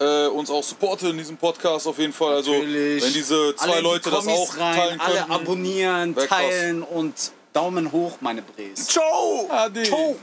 Speaker 3: äh, uns auch supportet in diesem Podcast auf jeden Fall. Also,
Speaker 5: Natürlich.
Speaker 3: wenn diese zwei
Speaker 5: Alle in die
Speaker 3: Leute das
Speaker 5: Kommis
Speaker 3: auch
Speaker 5: rein,
Speaker 3: teilen
Speaker 5: Alle
Speaker 3: können.
Speaker 5: abonnieren,
Speaker 3: Weg
Speaker 5: teilen und Daumen hoch, meine Bres.
Speaker 3: Ciao! Ade.
Speaker 5: Ciao.